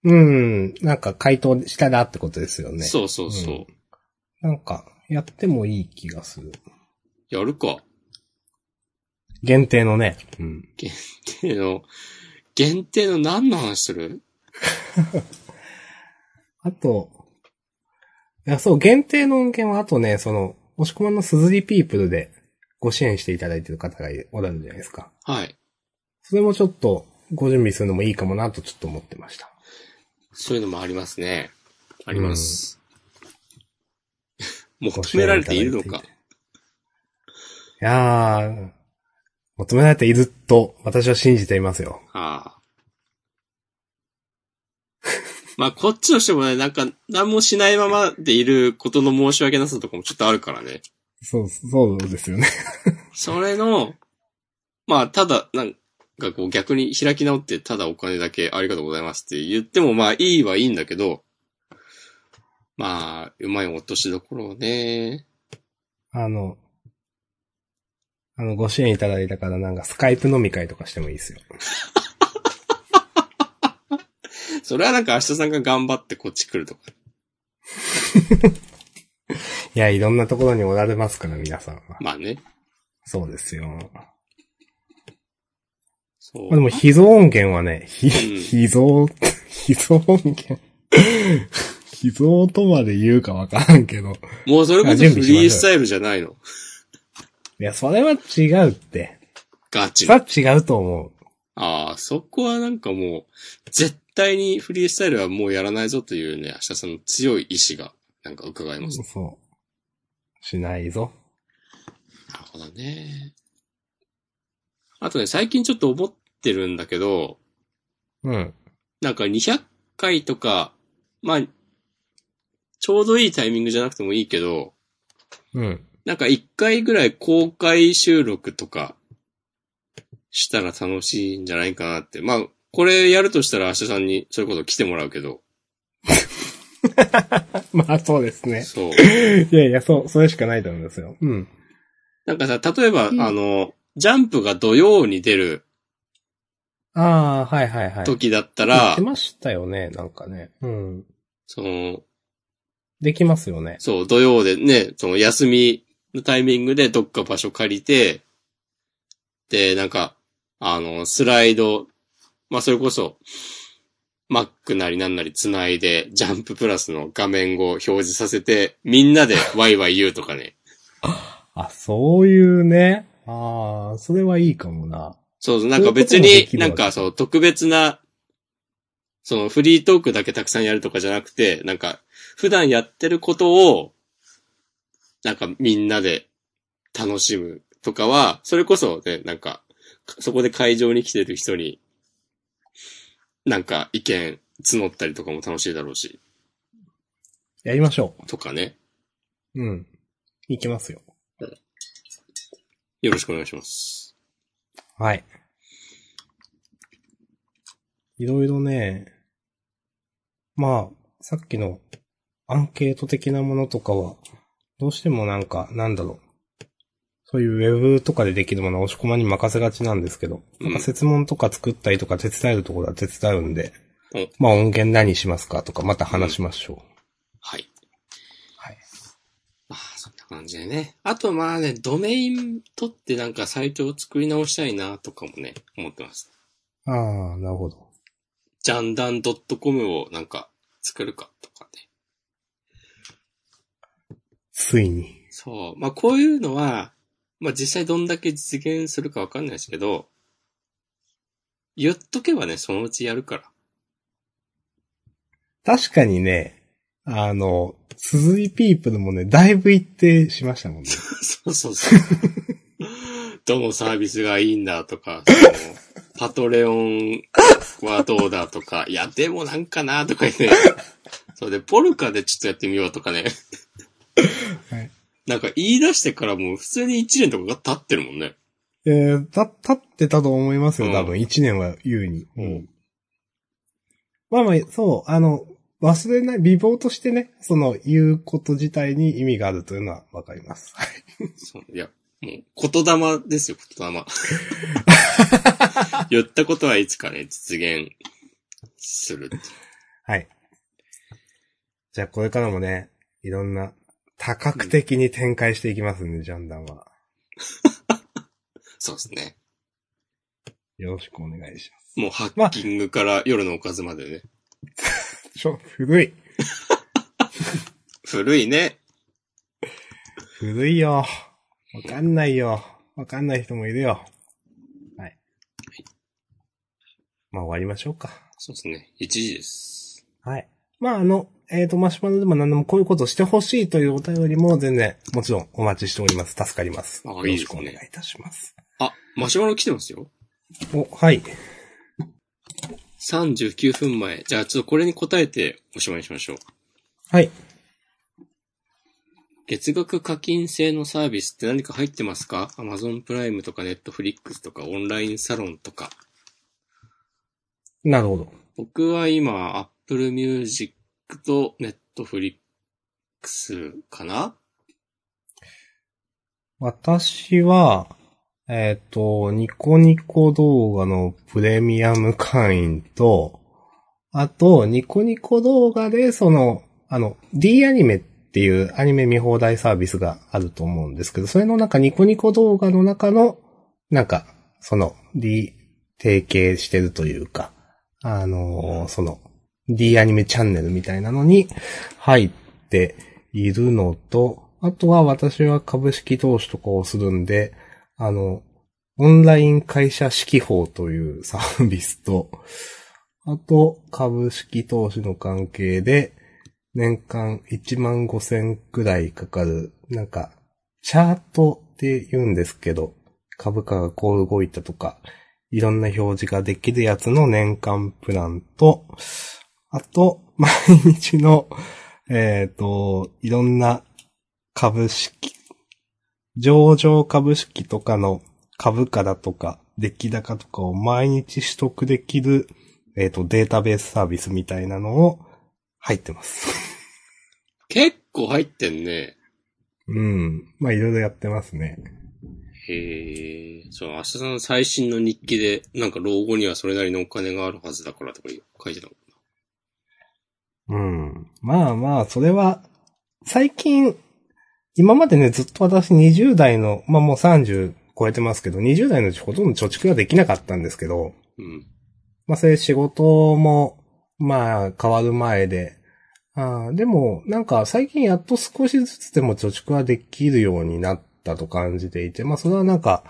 S1: うん。なんか回答したらってことですよね。
S2: そうそうそう。
S1: うんなんか、やってもいい気がする。
S2: やるか。
S1: 限定のね。うん。
S2: っての、限定の何の話する
S1: あと、いや、そう、限定の音源は、あとね、その、押し込まんのすずりピープルでご支援していただいてる方がおられるじゃないですか。
S2: はい。
S1: それもちょっと、ご準備するのもいいかもなとちょっと思ってました。
S2: そういうのもありますね。あります。求められているの
S1: ご支援
S2: か
S1: ただいてい。て。いやー、求められていると、私は信じていますよ。
S2: ああ。 *laughs* まあ、こっちとしてもね、なんか、何もしないままでいることの申し訳なさとかもちょっとあるからね。
S1: そう、そうですよね。
S2: それの、まあ、ただ、なんかこう逆に開き直って、ただお金だけありがとうございますって言っても、まあ、いいはいいんだけど、まあ、うまい落としどころをね。
S1: あの、あの、ご支援いただいたからなんかスカイプ飲み会とかしてもいいですよ。
S2: それはなんか明日さんが頑張ってこっち来るとか。
S1: いや、いろんなところにおられますから、皆さんは。
S2: まあね。
S1: そうですよ。ま
S2: そう。
S1: あ、でも、秘蔵音源はね、ひ、
S2: うん
S1: 秘蔵、 *laughs* 秘蔵音源。 *laughs* 秘蔵とまで言うかわからんけど。
S2: もうそれこそ
S1: あ準備しまし
S2: フ
S1: ょう
S2: リースタイルじゃないの。
S1: いや、それは違うって。
S2: ガチ
S1: そ。れは違うと思う。
S2: ああ、そこはなんかもう、絶対にフリースタイルはもうやらないぞというね、明日さんの強い意志が、なんか伺います。
S1: そう。しないぞ。
S2: なるほどね。あとね、最近ちょっと思ってるんだけど、
S1: うん。
S2: なんか200回とか、まあ、ちょうどいいタイミングじゃなくてもいいけど、
S1: うん。
S2: なんか1回ぐらい公開収録とかしたら楽しいんじゃないかなって。まあ、これやるとしたら明日さんにそれこそ来てもらうけど。
S1: まあ、そうですね。
S2: そう。
S1: いやいや、そう、それしかないと思うんですよ。うん。
S2: なんかさ、例えば、
S1: うん
S2: あの、ジャンプが土曜に出る
S1: ああ、はいはいはい。
S2: 時だった
S1: 言
S2: ら
S1: って、ましたよね、なんかね。うん。
S2: その、
S1: できますよね。
S2: そう、土曜でね、その休みのタイミングでどっか場所借りて、で、なんか、あの、スライド、まあ、それこそ、Mac なりなんなり繋いで、ジャンププラスの画面を表示させて、みんなでワイワイ言うとかね。
S1: あ、そういうね。ああ、それはいいかもな。
S2: そうそう、なんか
S1: そ
S2: 別
S1: ういうことも
S2: に
S1: でき、るわ
S2: なん
S1: け
S2: かそう、特別な、そのフリートークだけたくさんやるとかじゃなくて、なんか、普段やってることを、なんかみんなで楽しむとかは、それこそね、なんか、そこで会場に来てる人に、なんか意見募ったりとかも楽しいだろうし、
S1: やりましょ
S2: とかね。
S1: う。うん。いきますよ。
S2: よろしくお願いします。
S1: はい。いろいろね、まあ、さっきのアンケート的なものとかは、どうしてもなんか、なんだろう。そういうウェブとかでできるものは押し込まに任せがちなんですけど、
S2: うん
S1: なんか説問とか作ったりとか手伝えるところは手伝うんで、
S2: うん
S1: まあ音源何しますかとかまた話しましょう。
S2: はい。
S1: はい。
S2: まあ、そんな感じでね。あと、まあね、ドメイン取ってなんかサイトを作り直したいなとかもね、思ってます。
S1: ああ、なるほど。
S2: ジャンダン .com をなんか作るかとかね。
S1: ついに。
S2: そう。まあ、こういうのは、まあ、実際どんだけ実現するかわかんないですけど、言っとけばね、そのうちやるから。
S1: 確かにね、あの、鈴井ピープルもね、だいぶ一定しました
S2: *laughs*
S1: もんね。
S2: そうそうそう。 *laughs* どのサービスがいいんだとか、そのパトレオンはどうだとか、 *laughs* いや、でもなんかなとか言って、それで、ポルカでちょっとやってみようとかね。
S1: はい
S2: なんか言い出してからもう普通に1年とかが経ってるもんね。
S1: えー、た、立ってたと思います
S2: う
S1: よ、
S2: ん
S1: 多分。一年は優に。
S2: うん
S1: まあまあ、そう、あの、忘れない、美貌としてね、その、言うこと自体に意味があるというのはわかります。 *laughs* はい。
S2: そういや、もう、言霊ですよ、言
S1: *laughs*
S2: 霊。言ったことはいつかね、実現するっていう。
S1: はい。じゃあ、これからもね、いろんな、多角的に展開していきますんで、ジャンダンは。
S2: そうですね。
S1: よろしくお願いしま
S2: もうハッキングから夜のおかずまでね。
S1: す。
S2: *laughs*
S1: ちょ、古い。
S2: 古いね。
S1: 古いよ。わかんないよ。わかんない人もいるよ。はい。まあ、終わりましょうか。
S2: そうですね。1時です。
S1: はい。まあ、あの、えっ、と、マシュマロでも何でもこういうことしてほしいというお便りも全然、もちろんお待ちしております。助かります。
S2: あ
S1: よ
S2: い
S1: ろ
S2: いで
S1: し
S2: す
S1: くお
S2: ね
S1: 願いいたします。
S2: あ、マシュマロ来てますよ。
S1: お、はい。
S2: 39分前。じゃあ、ちょっとこれに答えておしまいにしましょう。
S1: はい。
S2: 月額課金制のサービスって何か入ってますか ?Amazon プライムとか Netflix とかオンラインサロンとか。
S1: なるほど。
S2: 僕は今、Apple Music と Netflix かな
S1: 私は、えっ、と、ニコニコ動画のプレミアム会員と、あと、ニコニコ動画で、その、あの、D アニメっていうアニメ見放題サービスがあると思うんですけど、それの中、ニコニコ動画の中の、なんか、その、D、提携してるというか、あのーその、D アニメチャンネルみたいなのに入っているのと、あとは私は株式投資とかをするんで、あの、オンライン会社指揮法というサービスと、あと、株式投資の関係で、年間1万5千くらいかかる、なんか、チャートって言うんですけど、株価がこう動いたとか、いろんな表示ができるやつの年間プランと、あと、毎日の、えっ、と、いろんな株式、上場株式とかの株価だとか、出来高とかを毎日取得できる、えっ、と、データベースサービスみたいなのを入ってます。 *laughs*
S2: 結構入ってんね。
S1: うん。まあ、いろいろやってますね。
S2: へえ。そう、明日さんの最新の日記で、なんか老後にはそれなりのお金があるはずだからとか書いてたもん
S1: うん。まあまあ、それは、最近、今までね、ずっと私20代の、まあもう30超えてますけど、20代のうちほとんど貯蓄ができなかったんですけど、
S2: うん。
S1: まあ、そういう仕事も、まあ、変わる前で。あーでも、なんか最近やっと少しずつでも貯蓄はできるようになったと感じていて、まあ、それはなんか、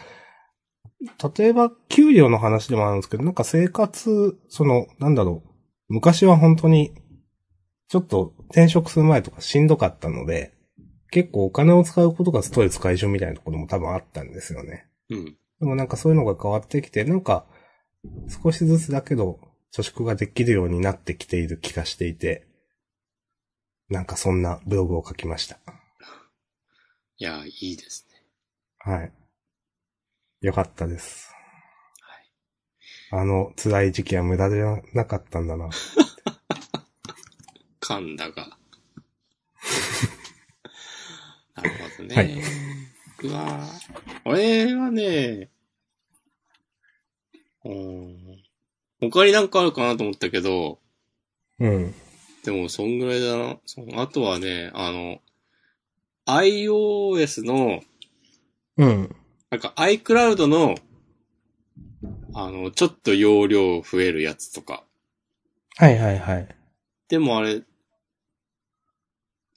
S1: 例えば、給料の話でもあるんですけど、なんか生活、その、なんだろう。昔は本当に、ちょっと転職する前とかしんどかったので、結構お金を使うことがストレス解消みたいなところも多分あったんですよね。
S2: うん。
S1: でもなんかそういうのが変わってきて、なんか、少しずつだけど、貯蓄ができるようになってきている気がしていて、なんかそんなブログを書きました。
S2: いや、いいですね。
S1: はい。よかったです。
S2: はい。
S1: あの、辛い時期は無駄じゃなかったんだな。
S2: 感だ
S1: *laughs*
S2: が。なるほどね。
S1: はい
S2: 僕は、俺はね、うん。他になんかあるかなと思ったけど、
S1: うん。
S2: でも、そんぐらいだな。そあとはね、あの、iOS の、
S1: うん。
S2: なんか iCloud の、あの、ちょっと容量増えるやつとか。
S1: はいはいはい。
S2: でもあれ、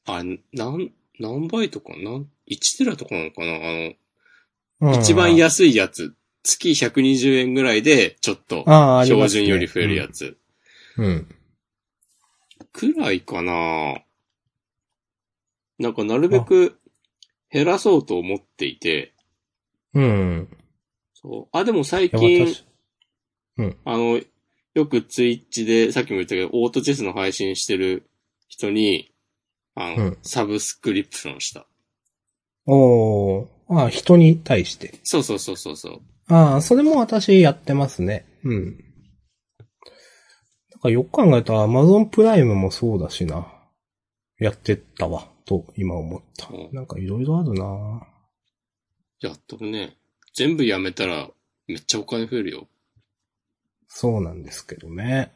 S2: あれ、なん、何倍とかなん ?1 テラとかなのかなあ
S1: うん
S2: の、一番安いやつ。月120円ぐらいで、ちょっと、
S1: ああ、あり
S2: 標
S1: ますね
S2: 準より増えるや。つ。
S1: うん。うん
S2: くらいかななんか、なるべく減らそうと思っていて、
S1: うん。
S2: そう。あ、でも最
S1: い
S2: 近
S1: や、私
S2: あの、よくツイッチで、さっきも言ったけど、オートチェスの配信してる人に、あの、
S1: うん
S2: サブスクリプションした。
S1: おー。ああ、人に対して。
S2: そうそうそうそうそう。
S1: ああ、それも私やってますね。うん。なんかよく考えたら Amazon プライムもそうだしな。やってったわ、と今思った
S2: うん。
S1: なんかいろいろあるな
S2: やっとるね。全部やめたら、めっちゃお金増えるよ。
S1: そうなんですけどね。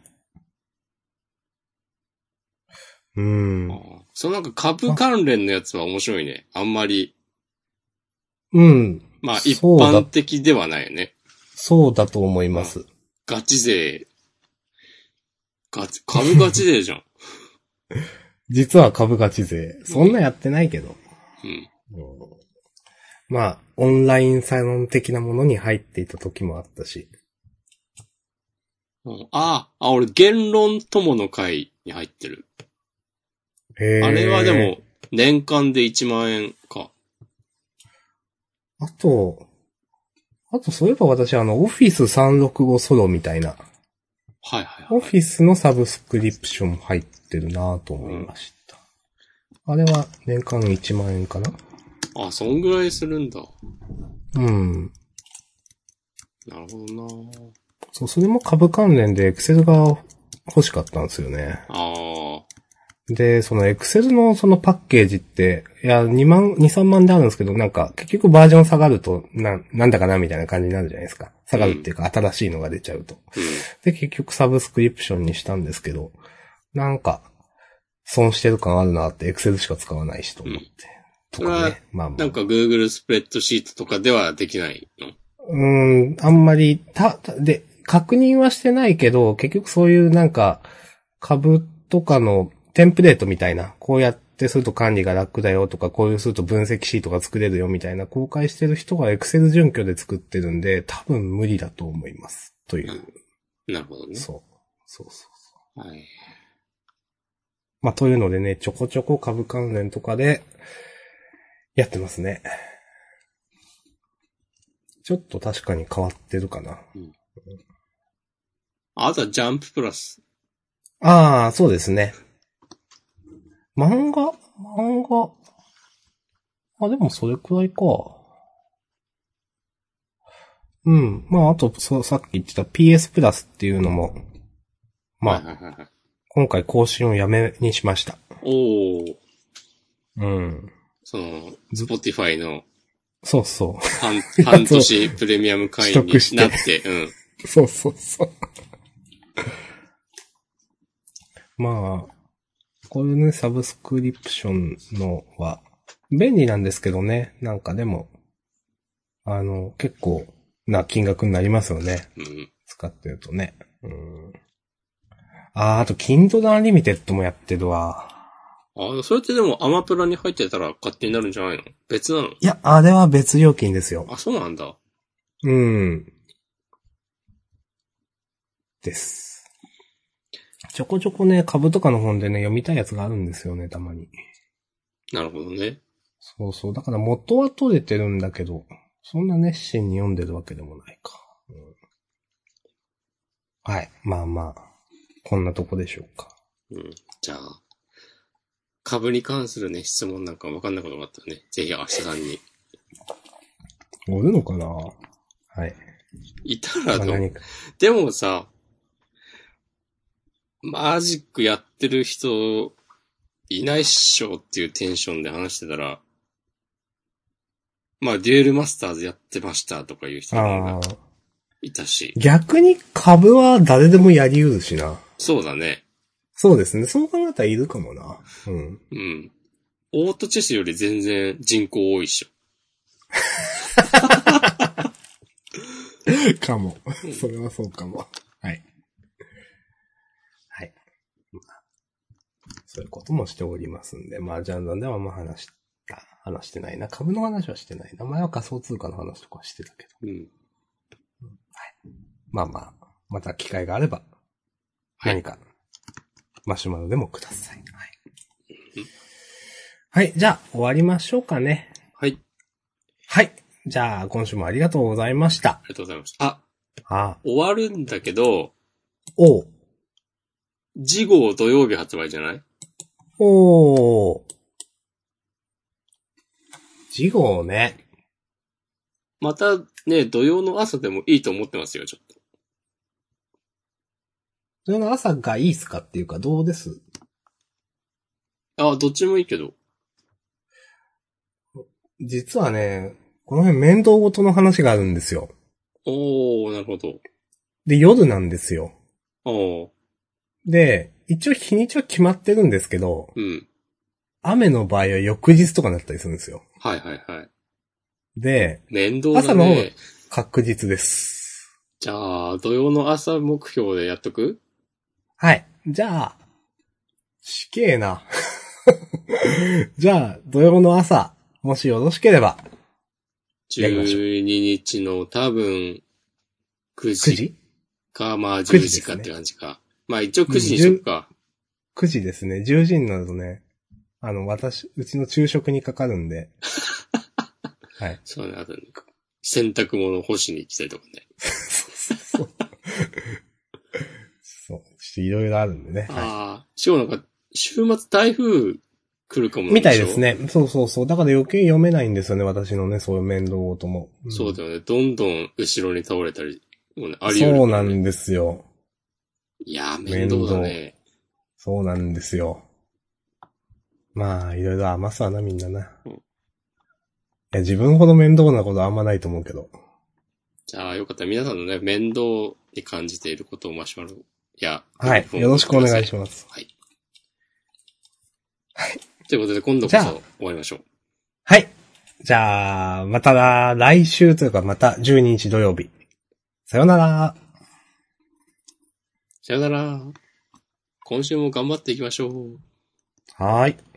S1: うん。
S2: ああそのなんか株関連のやつは面白いね。あんまり、
S1: うん。
S2: まあ一
S1: そうだ
S2: 般的ではないよね。
S1: そうだと思います。
S2: ガチ勢。ガチ、株ガチ勢じ
S1: *laughs*
S2: ゃん。
S1: 実は株価値税。そんなやってないけど。
S2: うん。
S1: うんまあ、オンラインサロン的なものに入っていた時もあったし。
S2: うんああ、あ、俺、言論友の会に入ってる。
S1: へー
S2: あれはでも、年間で1万円か。
S1: あと、あとそういえば私あの、オフィス365ソロみたいな、
S2: はいはい
S1: オ
S2: はい。
S1: フィスのサブスクリプション入ってるなぁと思いました。あれは年間1万円かな
S2: あ、そんぐらいするんだ。
S1: うん。
S2: なるほどな
S1: そう、それも株関連で Excel が欲しかったんですよね。
S2: あ
S1: で、その Excel のそのパッケージって、いや、2万、2、3万であるんですけど、なんか、結局バージョン下がると、なん、なんだかなみたいな感じになるじゃないですか。下がるっていうか、新しいのが出ちゃうと。
S2: あ、うん。
S1: で、結局サブスクリプションにしたんですけど、なんか、損してる感あるなって、エクセルしか使わないしと思って。とかね。まあまあ。
S2: なんか Google スプレッドシートとかではできないの
S1: うーん、あんまり、た、たで、確認はしてないけど、結局そういうなんか、株とかのテンプレートみたいな、こうやってすると管理が楽だよとか、こういうすると分析シートが作れるよみたいな、公開してる人がエクセル準拠で作ってるんで、多分無理だと思います。という。
S2: なるほどね。
S1: そう。そうそう。
S2: はい。
S1: まあ、というのでね、ちょこちょこ株関連とかで、やってますね。ちょっと確かに変わってるかな。
S2: あとはジャンププラス。
S1: ああ、そうですね。漫画漫画。あ、でもそれくらいか。うん。まあ、あと、そう、さっき言ってた PS プラスっていうのも、ま
S2: はい
S1: あ、
S2: はいはいはい。
S1: 今回更新をやめにしました。
S2: おー。
S1: うん。
S2: その、スポティファイの
S1: そうそう。
S2: 半 *laughs* 半年プレミアム会員に
S1: 取得して
S2: なって、うん。
S1: *laughs* そうそうそう。まあ、これね、サブスクリプションのは、便利なんですけどね、なんかでも、あの、結構な金額になりますよね。
S2: うん。
S1: 使ってるとね。うん。あー、あと、Kindle Unlimited もやってるわ。
S2: あ、それってでもアマプラに入ってたら勝手になるんじゃないの別なの
S1: いや、あれは別料金ですよ。
S2: あ、そうなんだ。
S1: うん。です。ちょこちょこね、株とかの本でね、読みたいやつがあるんですよね、たまに。
S2: なるほどね。
S1: そうそう。だから元は取れてるんだけど、そんな熱心に読んでるわけでもないか。うん、はい。まあまあ、こんなとこでしょうか。
S2: うん。じゃあ、株に関するね、質問なんかわかんないことがあったらね、ぜひ明日さんに。
S1: おるのかなはい。
S2: いたら
S1: まあ
S2: どう
S1: 何か。
S2: でもさ、マジックやってる人いないっしょっていうテンションで話してたら、まあ、デュエルマスターズやってましたとかいう人
S1: あ
S2: が
S1: あ。
S2: いたし、
S1: 逆に株は誰でもやり得るしな。
S2: そうだね。
S1: そうですね。そう考えたらいるかもな。うん。
S2: うん。オートチェスより全然人口多いっしょ。
S1: かも。それはそうかも。はい。はい。そういうこともしておりますんで、まあ、ジャンダンではあんま話した、話してないな。株の話はしてないな。前は仮想通貨の話とかしてたけど。
S2: うん。
S1: まあまあ、また機会があれば、
S2: はい
S1: 何か、マシュマロでもください。はい。はい、じゃあ、終わりましょうかね。
S2: はい。
S1: はい。じゃあ、今週もありがとうございました
S2: あ。りがとうございました。あ、
S1: ああ、
S2: 終わるんだけど、
S1: おう。
S2: 次号土曜日発売じゃない
S1: おー。次号ね。
S2: またね、土曜の朝でもいいと思ってますよ、ちょっと。
S1: それの朝がいいっすかっていうか、どうです
S2: あ、どっちもいいけど。
S1: 実はね、この辺面倒ごとの話があるんですよ。
S2: おー、なるほど。
S1: で、夜なんですよ。
S2: おー、
S1: で、一応日にちは決まってるんですけど、
S2: うん。
S1: 雨の場合は翌日とかになったりするんですよ。
S2: はいはいはい。
S1: で、
S2: 面倒だ
S1: 朝の方
S2: ね。
S1: 確実です。
S2: じゃあ、土曜の朝目標でやっとく
S1: はい。じゃあ、死刑な。 *laughs* じゃあ、土曜の朝、もしよろしければ、やりましょう
S2: ?12 日の多分、9
S1: 9
S2: 時
S1: 時
S2: か、まあ
S1: 9
S2: 10
S1: 時
S2: 時かっ
S1: です
S2: て
S1: ね
S2: 感じか。まあ一応9時にしよっか。
S1: 9時ですね。10時になるとね、あの、私、うちの昼食にかかるんで。はい。
S2: そうね、あとね、洗濯物干しに行きたいとかね。
S1: そう。そう。ちょっといろいろあるんでね。は
S2: ああ、しかもなんか、週末台風来るかも
S1: い。
S2: なん
S1: みたい
S2: しょ
S1: です。ね。そうそうそう。だから余計読めないんですよね、私のね、そういう面倒とも。ん
S2: そうだよね。どんどん後ろに倒れたり、もうね、あり得る
S1: そう
S2: か
S1: な
S2: らね
S1: んですよ。
S2: いやー、面倒だね。
S1: そうなんですよ。まあ、いろいろ余すわな、みんなな。
S2: うん
S1: いや、自分ほど面倒なことあんまないと思うけど。
S2: じゃあ、よかったら皆さんのね、面倒に感じていることをマシュマロや。
S1: はい。よろしくお願いします。
S2: はい。ということで、今度こ
S1: じゃ
S2: そ
S1: あ
S2: 終わりましょう。
S1: はい。じゃあ、また来週というか、また12日土曜日。さよなら。
S2: さよなら。今週も頑張っていきましょう。
S1: はーい。